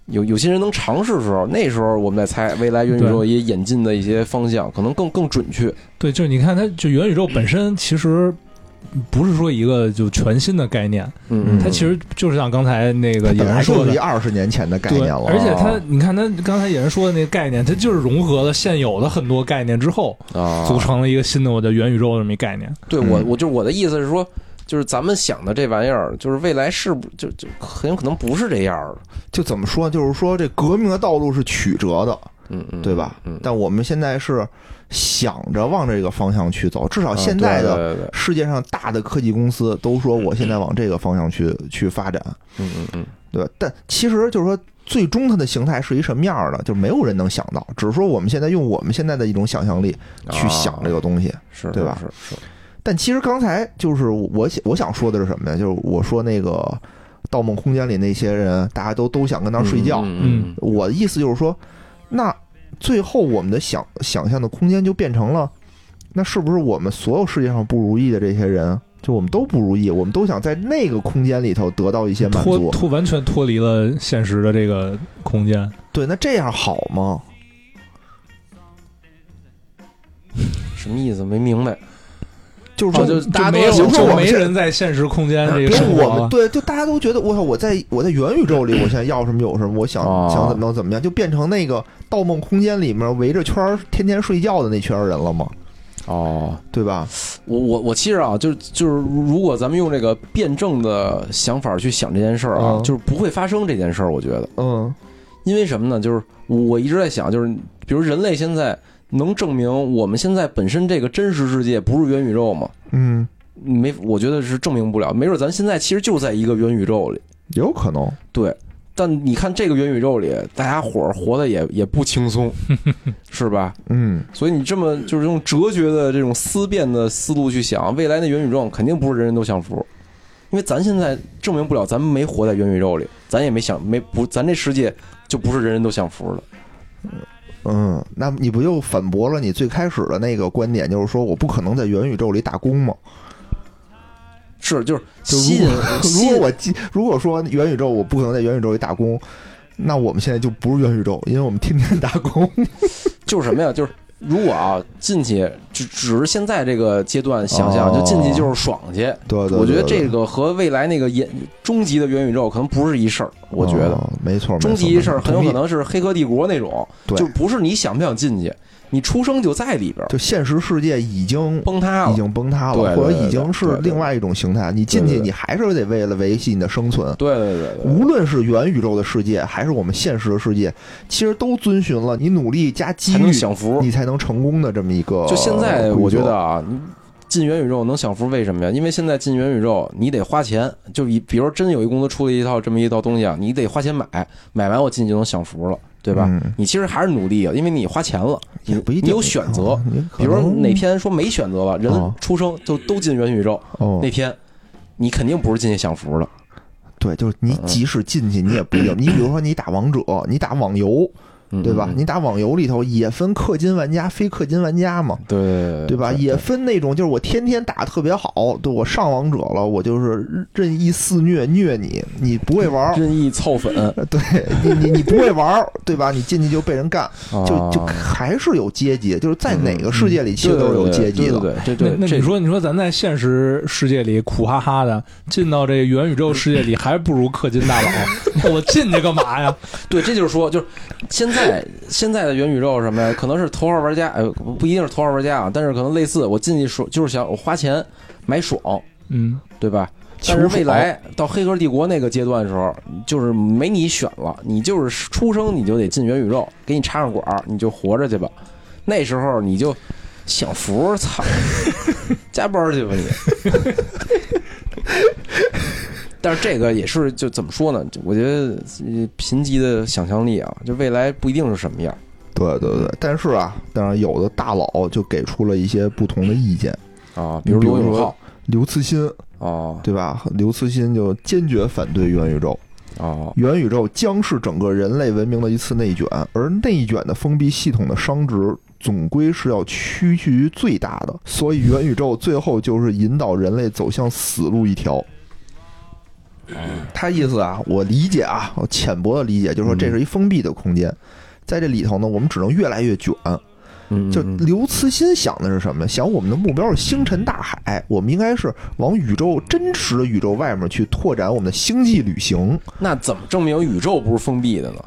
S2: 有有些人能尝试的时候，那时候我们再猜未来元宇宙一些演进的一些方向，可能更更准确。
S3: 对，就是你看它，就元宇宙本身其实不是说一个就全新的概念，
S2: 嗯，
S3: 它其实就是像刚才那个
S1: 本
S3: 野
S1: 来
S3: 人
S1: 就
S3: 说
S1: 是一
S3: 的。
S1: 二十年前的概
S3: 对
S1: 念，了，啊
S3: 而且它，你看它刚才野人说的那个概念，它就是融合了现有的很多概念之后，
S2: 啊，
S3: 组成了一个新的我的元宇宙的这么一概念。
S2: 对我，
S1: 嗯
S2: 我就是我的意思是说，就是咱们想的这玩意儿，就是未来是不就就很有可能不是这样儿的，
S1: 就怎么说，就是说这革命的道路是曲折的，
S2: 嗯嗯，
S1: 对吧？
S2: 嗯，
S1: 但我们现在是想着往这个方向去走，至少
S2: 啊
S1: 现在的
S2: 对对对对
S1: 世界上大的科技公司都说我现在往这个方向去去发展，
S2: 嗯嗯嗯，
S1: 对吧？但其实就是说，最终它的形态是一什么样儿的，就是没有人能想到，只是说我们现在用我们现在的一种想象力去想这
S2: 啊
S1: 个东西。
S2: 是，
S1: 对吧
S2: 是是，
S1: 但其实刚才就是我想我想说的是什么呀？就是我说那个《盗梦空间》里那些人，大家都都想跟那儿睡觉。
S2: 嗯
S1: 我的意思就是说，那最后我们的想想象的空间就变成了，那是不是我们所有世界上不如意的这些人，就我们都不如意，我们都想在那个空间里头得到一些满
S3: 脱
S1: 足？
S3: 脱完全脱离了现实的这个空间，
S1: 对，那这样好吗？
S2: 什么意思？没明白。
S1: 就是
S2: 哦
S1: 说，
S2: 就大家都
S3: 没有
S2: 在享受
S3: 就
S1: 我们
S3: 没
S1: 现在
S3: 人在现实空间这
S1: 比
S3: 个生
S1: 如我
S3: 活
S2: 啊
S1: 们
S3: 了。
S1: 对，就大家都觉得我操，我在我在元宇宙里，我现在要什么有什么，我想
S2: 哦
S1: 想怎么着怎么样，就变成那个《盗梦空间》里面围着圈儿天天睡觉的那圈儿人了嘛，
S2: 哦，
S1: 对吧？
S2: 我我我其实啊，就是就是，如果咱们用这个辩证的想法去想这件事儿啊，
S1: 嗯
S2: 就是不会发生这件事儿。我觉得，
S1: 嗯
S2: 因为什么呢？就是我一直在想，就是比如人类现在能证明我们现在本身这个真实世界不是元宇宙吗？
S1: 嗯，
S2: 没，我觉得是证明不了。没准咱现在其实就在一个元宇宙里，
S1: 有可能。
S2: 对。但你看这个元宇宙里，大家伙儿活的也也不轻松，是吧？
S1: 嗯，
S2: 所以你这么就是用哲学的这种思辨的思路去想，未来的元宇宙肯定不是人人都享福，因为咱现在证明不了，咱们没活在元宇宙里，咱也没想没不，咱这世界就不是人人都享福的。
S1: 嗯，那你不就反驳了你最开始的那个观点，就是说我不可能在元宇宙里打 <laughs> 工吗？
S2: 是，就是
S1: 就
S2: 吸
S1: <laughs>
S2: 引吸
S1: 如
S2: 引
S1: 果我记，如果说元宇宙我不可能在元宇宙里打工，那我们现在就不是元宇宙，因为我们天天打工。 <laughs>
S2: 就是什么呀？就是如果啊进去只只是现在这个阶段想象，就进去就是爽去。
S1: 哦对对对
S2: 我觉得
S1: 对
S2: 这个和未来那个严终极的元宇宙可能不是一事儿，我觉得。
S1: 哦没错，没错
S2: 终极一事儿很有
S1: 没错
S2: 可。
S1: 同意
S2: 能是《黑客帝国》那种，
S1: 对
S2: 就不是你想不想进去，你出生就在里边儿，
S1: 就现实世界已经
S2: 崩塌
S1: 已
S2: 了。
S1: 经崩塌
S2: 对
S1: 了，
S2: 对
S1: 或者
S2: 对
S1: 已经
S2: 对
S1: 是
S2: 对
S1: 另外一种形态。你进
S2: 对
S1: 去，
S2: 对
S1: 你还是得为了维系你的生存。
S2: 对对对对，
S1: 无论是元宇宙的世界，还是我们现实的世界，其实都遵循了你努力加机
S2: 才能
S1: 遇，
S2: 享福。
S1: 你才能成功的这么一个。
S2: 就现在，我觉得，啊，你进元宇宙能享福，为什么呀？因为现在进元宇宙你得花钱，就以比如说真有一公司出了一套这么一套东西啊，你得花钱买，买完我进去就能享福了，对吧？
S1: 嗯
S2: 你其实还是努力啊，因为你花钱了，你
S1: 也不一定啊
S2: 你有选择。，
S1: 你
S2: 比如说哪天说没选择了，人
S1: 哦
S2: 出生就都进元宇宙，
S1: 哦
S2: 那，天你肯定不是进去享福了。
S1: 对，就是你
S2: 嗯
S1: 即使进去，你也不一定。你比如说，你打王者，你打网游，
S2: 嗯
S1: 对吧？
S2: 嗯嗯
S1: 你打网游里头也分氪金玩家、非氪金玩家嘛。
S2: 对对
S1: 对吧？也分那种就是我天天打特别好，对我上王者了，我就是任意肆虐虐你，你不会玩儿，
S2: 任意凑粉，
S1: 对你你你不会玩儿，对吧？你进去就被人干，就就
S2: 啊
S1: 还是有阶级，就是在
S2: 嗯
S1: 哪个世界里其实都是有阶级的。
S2: 对对对
S3: 那
S2: 对对，
S3: 那
S2: 这
S3: 你说，你说咱在现实世界里苦哈哈的，进到这个元宇宙世界里，还不如氪金 <laughs> 大佬。那我进去干嘛呀？
S2: 对，这就是说，就是现在现在的元宇宙是什么呀？可能是头号玩家，呃，不不一定是头号玩家啊，但是可能类似，我进去爽，就是想我花钱买爽，
S3: 嗯，
S2: 对吧？
S1: 求
S2: 但是未
S1: 爽
S2: 来到黑客帝国那个阶段的时候，就是没你选了，你就是出生你就得进元宇宙，给你插上管儿，你就活着去吧。那时候你就享福，
S1: <laughs>
S2: 操，加班去吧你。但是这个也是就怎么说呢？就我觉得呃贫瘠的想象力啊，就未来不一定是什么样。
S1: 对对对，但是啊，但是有的大佬就给出了一些不同的意见。
S2: 啊，比如罗永浩
S1: 刘慈欣
S2: 啊
S1: 对吧？刘慈欣就坚决反对元宇宙，
S2: 啊
S1: 元宇宙将是整个人类文明的一次内卷，而内卷的封闭系统的熵值总归是要趋近于最大的，所以元宇宙最后就是引导人类走向死路一条。他意思啊，我理解啊，我浅薄的理解就是说这是一封闭的空间，在这里头呢，我们只能越来越卷。
S2: 嗯
S1: 就
S2: 嗯
S1: 刘慈欣想的是什么呢？想我们的目标是星辰大海，我们应该是往宇宙真实的宇宙外面去拓展我们的星际旅行。
S2: 那怎么证明宇宙不是封闭的呢？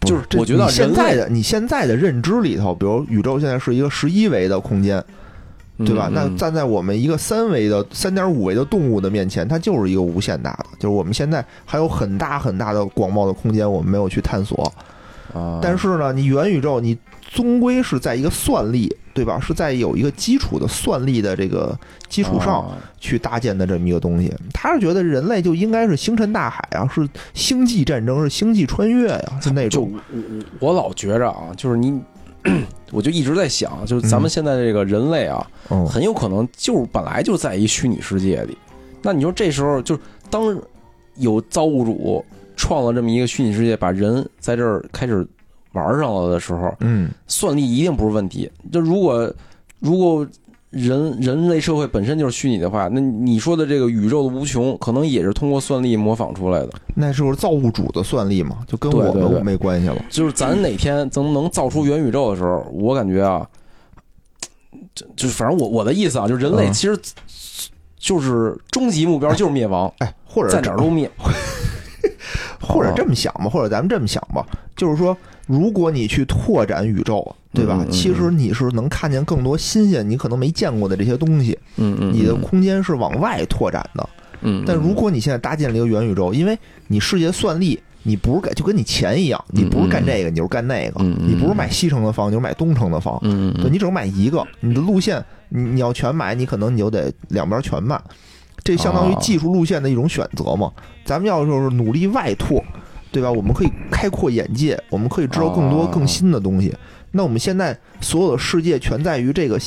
S2: 就是
S1: 这
S2: 我觉得
S1: 你现
S2: 人
S1: 在
S2: 类
S1: 的你现在的认知里头，比如宇宙现在是一个十一维的空间，对吧？
S2: 嗯
S1: 那
S2: 嗯
S1: 站在我们一个三维的、三点五维的动物的面前，它就是一个无限大的，就是我们现在还有很大很大的广袤的空间，我们没有去探索。
S2: 啊
S1: 但是呢，你元宇宙，你终归是在一个算力，对吧？是在有一个基础的算力的这个基础上
S2: 啊
S1: 去搭建的这么一个东西。他是觉得人类就应该是星辰大海啊，是星际战争，是星际穿越呀、是那
S2: 就
S1: 种
S2: 我我我老觉着啊， <clears throat> 就是你，我就一直在想，就是咱们现在这个人类啊，
S1: 嗯
S2: 很有可能就是本来就在一虚拟世界里。那你说这时候就是当有造物主创了这么一个虚拟世界，把人在这儿开始玩上了的时候，
S1: 嗯
S2: 算力一定不是问题。就如果如果人人类社会本身就是虚拟的话，那你说的这个宇宙的无穷，可能也是通过算力模仿出来的。
S1: 那是不是造物主的算力嘛，就跟
S2: 对
S1: 我
S2: 对对
S1: 们没关系了。
S2: 就是咱哪天能能造出元宇宙的时候，我感觉啊，这就反正我我的意思啊，就是人类
S1: 嗯
S2: 其实就是终极目标就是灭亡，
S1: 哎，或者
S2: 在哪儿都灭。
S1: 或者
S2: 啊
S1: 这么想吧，或者咱们这么想吧，就是说，如果你去拓展宇宙，啊对吧？
S2: 嗯嗯嗯
S1: 其实你是能看见更多新鲜，你可能没见过的这些东西。
S2: 嗯嗯
S1: 你的空间是往外拓展的。
S2: 嗯，
S1: 但如果你现在搭建了一个元宇宙，因为你世界算力，你不是干就跟你钱一样，你不是干这个，你就是干那个，
S2: 嗯嗯
S1: 你不是买西城的房，你就是买东城的房。
S2: 嗯
S1: 对，你只能买一个，你的路线你你要全买，你可能你就得两边全卖，这相当于
S2: 哦
S1: 技术路线的一种选择嘛。咱们要就是努力外拓，对吧？我们可以开阔眼界，我们可以知道更多
S2: 哦
S1: 更新的东西。那我们现在所有的世界全在于这个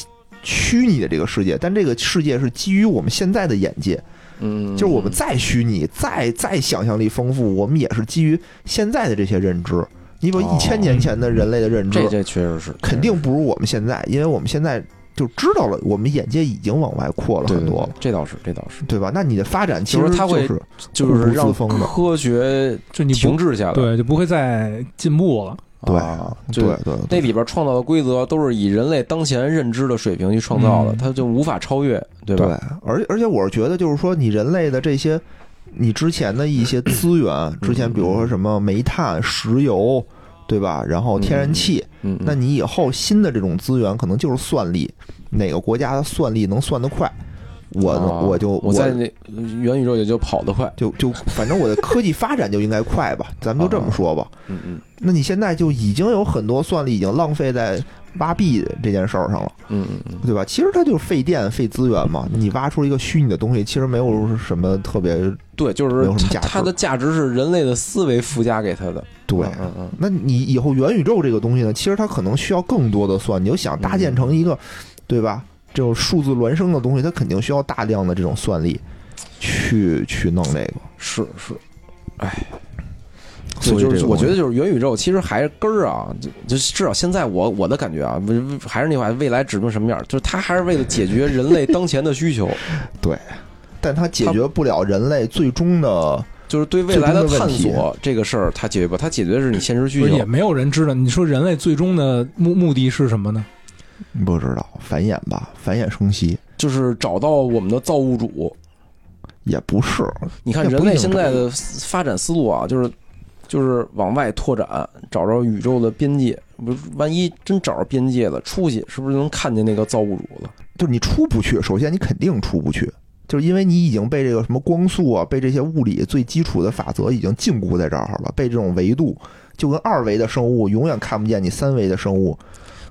S1: 虚拟的这个世界，但这个世界是基于我们现在的眼界，
S2: 嗯
S1: 就是我们再虚拟、再再想象力丰富，我们也是基于现在的这些认知。你比如一
S2: 哦
S1: 千年前的人类的认知，
S2: 这这确实是
S1: 肯定不如我们现在，因为我们现在就知道了，我们眼界已经往外扩了
S2: 对
S1: 很多了，，
S2: 对对这倒是这倒是，
S1: 对吧？那你的发展其
S2: 就
S1: 实
S2: 是它会
S1: 就是
S2: 就是
S1: 固步
S2: 让
S1: 自封的
S2: 科学
S3: 就你
S2: 停
S3: 不
S2: 滞下来。
S3: 对就不会再进步了。
S1: 对
S2: 啊就
S1: 对对
S2: 那
S1: 对
S2: 里边创造的规则都是以人类当前认知的水平去创造的，
S3: 嗯
S2: 它就无法超越，对吧？
S1: 而且而且我是觉得就是说，你人类的这些，你之前的一些资源，之前比如说什么煤炭、石油，对吧？然后天然气，
S2: 嗯，
S1: 那你以后新的这种资源可能就是算力，哪个国家的算力能算得快，我
S2: 啊
S1: 我就
S2: 我在那元宇宙也就跑得快，
S1: 就就反正我的科技发展就应该快吧，咱们就这么说吧。
S2: 嗯嗯
S1: 那你现在就已经有很多算力已经浪费在挖币这件事儿上了，
S2: 嗯嗯嗯，
S1: 对吧？其实它就是费电费资源嘛。你挖出一个虚拟的东西，其实没有什么特别
S2: 对，就
S1: 没
S2: 是
S1: 有什么
S2: 它
S1: 价值
S2: 它的价值是人类的思维附加给它的，
S1: 对。
S2: 嗯嗯
S1: 那你以后元宇宙这个东西呢，其实它可能需要更多的算，你就想搭建成一个，对吧？这种数字孪生的东西，它肯定需要大量的这种算力去去弄这个
S2: 嗯，。是是，
S1: 所以
S2: 就
S1: 这
S2: 是
S1: 个
S2: 我觉
S1: 东
S2: 得
S1: 西
S2: 就是元宇宙其实还是根儿啊，就就至少现在我我的感觉啊，未还是那话，未来指定什么样，就是它还是为了解决人类当前的需求，
S1: 但它解决不了人类最终的
S2: 就是对未来的
S1: 最终的
S2: 探
S1: 问题
S2: 索这个事儿，它解决不，它解决的是你现实需
S3: 不是
S2: 求
S3: 也。没有人知道，你说人类最终的目目的是什么呢？
S1: 不知道繁衍吧，繁衍生息。
S2: 就是找到我们的造物主。
S1: 也不是，
S2: 你看
S1: 那不
S2: 人
S1: 一
S2: 类
S1: 定
S2: 现
S1: 找
S2: 在
S1: 到
S2: 的发展思路啊，就是就是往外拓展，找着宇宙的边界。不是，万一真找着边界了，出去是不是能看见那个造物主了？
S1: 就是你出不去。首先，你肯定出不去，就是因为你已经被这个什么光速啊，被这些物理最基础的法则已经禁锢在这儿了，被这种维度，就跟二维的生物永远看不见你三维的生物，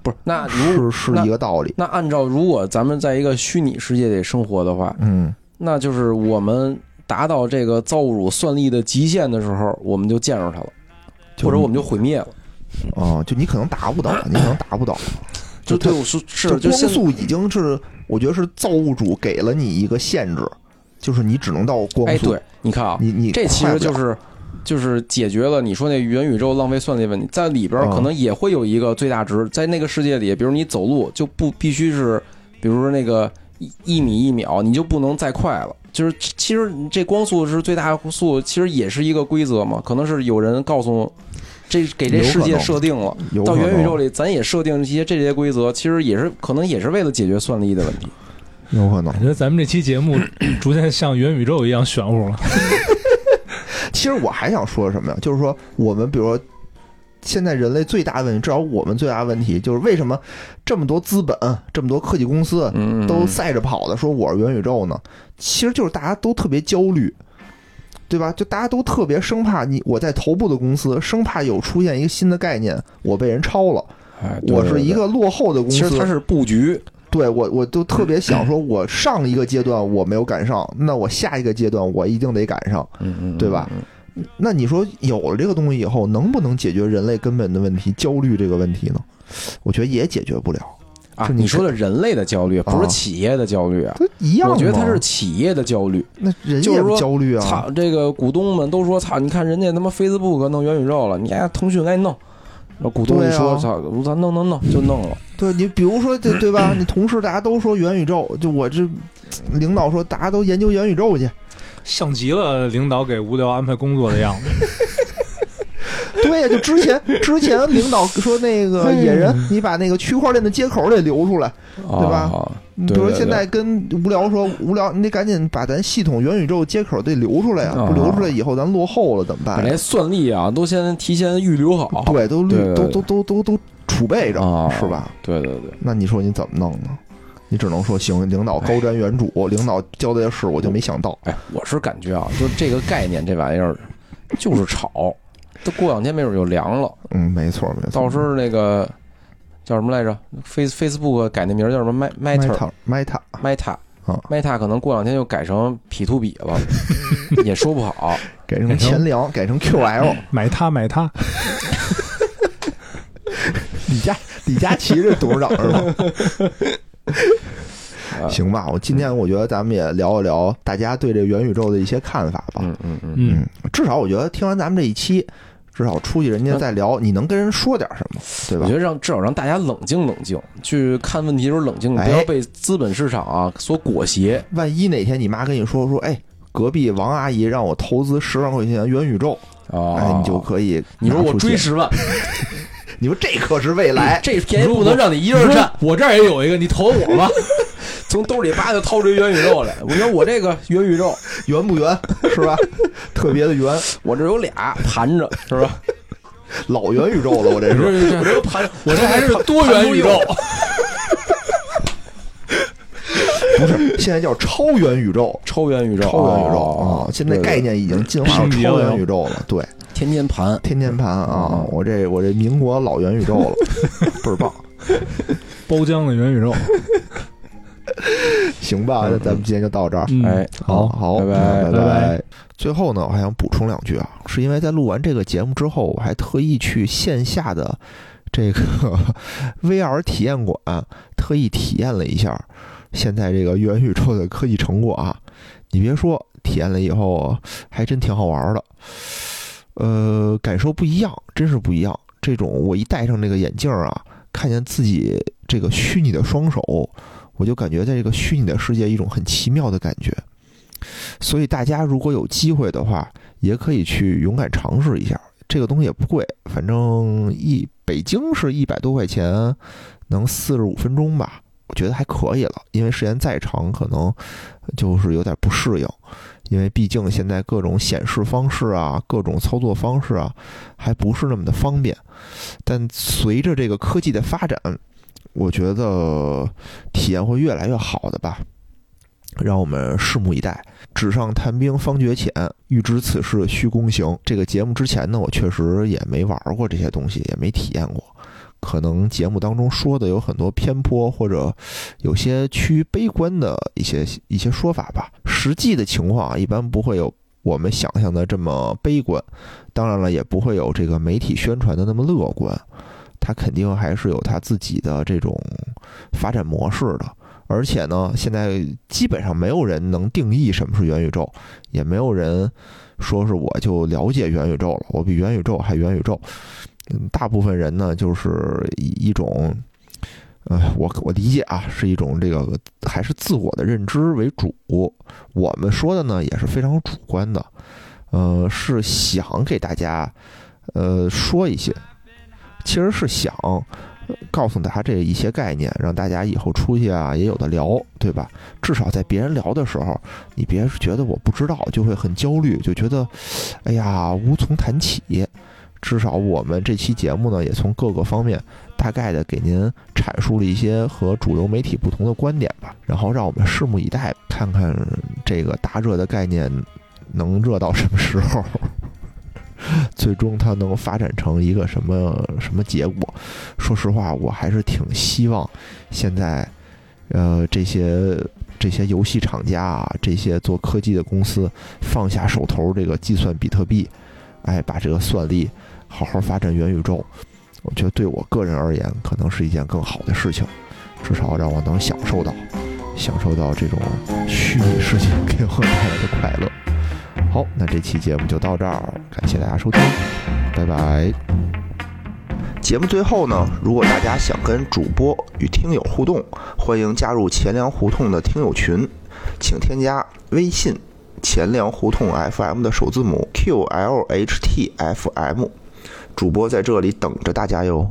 S2: 不是，那啊如
S1: 是是
S2: 那
S1: 一个道理。
S2: 那按照如果咱们在一个虚拟世界里生活的话，
S1: 嗯，
S2: 那就是我们达到这个造物主算力的极限的时候，我们就见着他了，
S1: 就
S2: 或者我们就毁灭了。
S1: 啊、就你可能达不到，你可能达不到。
S2: 就
S1: 就
S2: 对
S1: 它
S2: 我是是
S1: 就
S2: 就
S1: 光
S2: 现
S1: 速已经是，我觉得是造物主给了你一个限制，就是你只能到光
S2: 哎，
S1: 速。
S2: 对，你看啊，
S1: 你你
S2: 这其
S1: 快
S2: 实
S1: 不了
S2: 就是就是解决了你说那元宇宙浪费算力问题，在里
S1: 嗯
S2: 边儿可能也会有一个最大值，在那个世界里，比如你走路就不必须是，比如说那个一一米一秒，你就不能再快了。就是其实这光速是最大速，其实也是一个规则嘛，可能是有人告诉这给这世界设定了。
S1: 有可
S2: 到
S1: 能
S2: 元宇宙里，咱也设定一些这些规则，其实也是可能也是为了解决算力的问题。
S1: 有可能
S3: 感。觉咱们这期节 <clears throat> 目逐渐像元宇宙一样玄乎了。
S1: 其实我还想说什么呀？就是说，我们比如说，现在人类最大的问题，至少我们最大的问题就是为什么这么多资本、这么多科技公司
S2: 嗯，
S1: 都赛着跑的说我是元宇宙呢？其实就是大家都特别焦虑，对吧？就大家都特别生怕你我在头部的公司，生怕有出现一个新的概念，我被人超了，
S2: 哎，对
S1: 我是一。
S2: 对对
S1: 个落后的公
S2: 其
S1: 司
S2: 实。它是布局，
S1: 对我，我就特
S2: <clears throat>
S1: 别想说，我上一个阶段我没有赶上，那我下一个阶段我一定得赶上。
S2: 嗯嗯，
S1: 对吧？那你说有了这个东西以后，能不能解决人类根本的问题——焦虑这个问题呢？我觉得也解决不了，
S2: 啊，
S1: 是你
S2: 你说的人类的焦虑，不
S1: 啊
S2: 是企业的焦虑啊。
S1: 它一样吗。
S2: 我觉得它是企业的焦虑。
S1: 那人
S2: 就是
S1: 也
S2: 说
S1: 焦虑啊，
S2: 操，这个股东们都说操，你看人家他妈 Facebook 弄元宇宙了，你看腾讯该弄。然后股东一
S1: 对
S2: 说
S1: 啊
S2: 操，咱弄弄弄就弄
S1: <laughs>
S2: 了。
S1: 对你比如说对对吧？你同事大家都说元宇宙，就我这领导说大家都研究元宇宙去，
S3: <laughs> 像极了领导给无聊安排工作的样子。
S1: 对呀，就之前之前领导说那
S2: <laughs>
S1: 个
S2: 哎
S1: 野人，你把那个区块链的接口得留出来。
S2: 对
S1: 吧你比如说
S2: 对对
S1: 现在跟无聊说无聊，你得赶紧把咱系统元宇宙接口得留出来啊，不留出来以后咱落后了怎么办
S2: 把
S1: 呀？
S2: 这算力啊都先提前预
S1: <laughs>
S2: 留好。
S1: 对，都绿
S2: 哦对对
S1: 都都
S2: 对
S1: 都都都储备着，
S2: 啊
S1: 是吧？
S2: 对对对，
S1: 那你说你怎么弄呢？你只能说行，领导高瞻远瞩，领导交代的事我就没想到。
S2: 哎，我是感觉啊，就这个概念这玩意儿，就是炒， <laughs> 都过两天没准就凉了。
S1: 嗯，没错没错。
S2: 到时候那个叫什么来着？Face Facebook 改那名儿叫什么
S1: m e t
S2: Meta
S1: a Meta，
S2: Meta
S1: 啊
S2: Meta 可能过两天就改成 P to B 了，也说不
S1: <laughs>
S2: 好。
S1: 改成钱粮，改成 QL。
S3: 买它，买它，
S1: 李佳李佳琦是董事长是吧？ <laughs>
S2: 啊
S1: 行吧，我今天我觉得咱们也聊一聊大家对这元宇宙的一些看法吧。
S2: 嗯嗯嗯，
S3: 嗯，
S1: 至少我觉得听完咱们这一期，至少出去人家再聊，你能跟人说点什么，对
S2: 我
S1: 吧
S2: 觉？得让至少让大家冷静冷静，去看问题的时候冷静，
S1: 哎
S2: 不要被资本市场啊所裹挟。
S1: 万一哪天你妈跟你说说，哎，隔壁王阿姨让我投资十万块钱元宇宙，
S2: 啊，
S1: 哎，你就可以
S2: 你说
S1: 拿
S2: 我
S1: 出
S2: 追
S1: 钱， <laughs>
S2: 十万，
S1: 你说这可是未
S2: <laughs>
S1: 来，
S2: 这便宜不能让你一人占，
S3: 我这儿也有一个，你投我 <laughs> 吧。
S2: 从兜里叭就掏出一元宇宙来。我说我这个元宇宙，
S1: 圆不圆是
S2: <laughs>
S1: 吧？特别的圆，
S2: 我这有俩盘着，是吧？
S1: 老元宇宙了，我这 <laughs> 是。
S2: 我这盘，
S3: 我这还是多元宇宙，
S1: 不是，现在叫超元宇宙，
S2: <laughs> 超元宇宙，
S1: 超元宇宙
S2: 哦
S1: 啊！现在
S2: 对对
S1: 概念已经进化到
S3: 升级了
S1: 超元宇宙了，对，
S2: 天天盘，
S1: 天天盘啊
S2: 嗯！
S1: 我这我这民国老元宇宙
S2: <laughs>
S1: 了，倍儿棒！
S3: 包浆的元宇宙。
S1: 行吧，那咱们今天就到这儿。
S3: 嗯
S2: 哎，
S1: 好好，
S2: 拜
S1: 拜
S2: 拜
S3: 拜
S1: 拜。最后呢，我还想补充两句啊，是因为在录完这个节目之后，我还特意去线下的这个 <laughs> VR 体验馆特意体验了一下现在这个元宇宙的科技成果啊。你别说，体验了以后还真挺好玩的，呃，感受不一样，真是不一样。这种我一戴上这个眼镜儿啊，看见自己这个虚拟的双手，我就感觉在这个虚拟的世界一种很奇妙的感觉。所以大家如果有机会的话，也可以去勇敢尝试一下。这个东西也不贵，反正一北京是一百多块钱，能四十五分钟吧，我觉得还可以了。因为时间再长，可能就是有点不适应，因为毕竟现在各种显示方式啊，各种操作方式啊，还不是那么的方便。但随着这个科技的发展，我觉得体验会越来越好的吧。让我们拭目以待。纸上谈兵方觉浅，欲知此事须躬行。这个节目之前呢，我确实也没玩过这些东西，也没体验过。可能节目当中说的有很多偏颇，或者有些趋于悲观的一些 <laughs> 一些说法吧。实际的情况啊，一般不会有我们想象的这么悲观，当然了，也不会有这个媒体宣传的那么乐观。它肯定还是有它自己的这种发展模式的。而且呢，现在基本上没有人能定义什么是元宇宙，也没有人说是我就了解元宇宙了，我比元宇宙还元宇宙。嗯，大部分人呢，就是以一种，呃，我我理解啊，是一种这个还是自我的认知为主。我们说的呢也是非常主观的，呃，是想给大家呃说一些，其实是想告诉大家这一些概念，让大家以后出去啊也有的聊，对吧？至少在别人聊的时候，你别觉得我不知道就会很焦虑，就觉得哎呀无从谈起。至少我们这期节目呢，也从各个方面大概的给您阐述了一些和主流媒体不同的观点吧，然后让我们拭目以待，看看这个大热的概念能热到什么时候，最终它能发展成一个什么什么结果。说实话，我还是挺希望现在，呃，这些这些游戏厂家啊，这些做科技的公司放下手头这个计算比特币，哎，把这个算力。好好发展元宇宙，我觉得对我个人而言，可能是一件更好的事情，至少让我能享受到，享受到这种虚拟世界给我带来的快乐。好，那这期节目就到这儿，感谢大家收听，拜拜。节目最后呢，如果大家想跟主播与听友互动，欢迎加入钱粮胡同的听友群，请添加微信“钱粮胡同 FM” 的首字母 “QLHTFM”。主播在这里等着大家哟。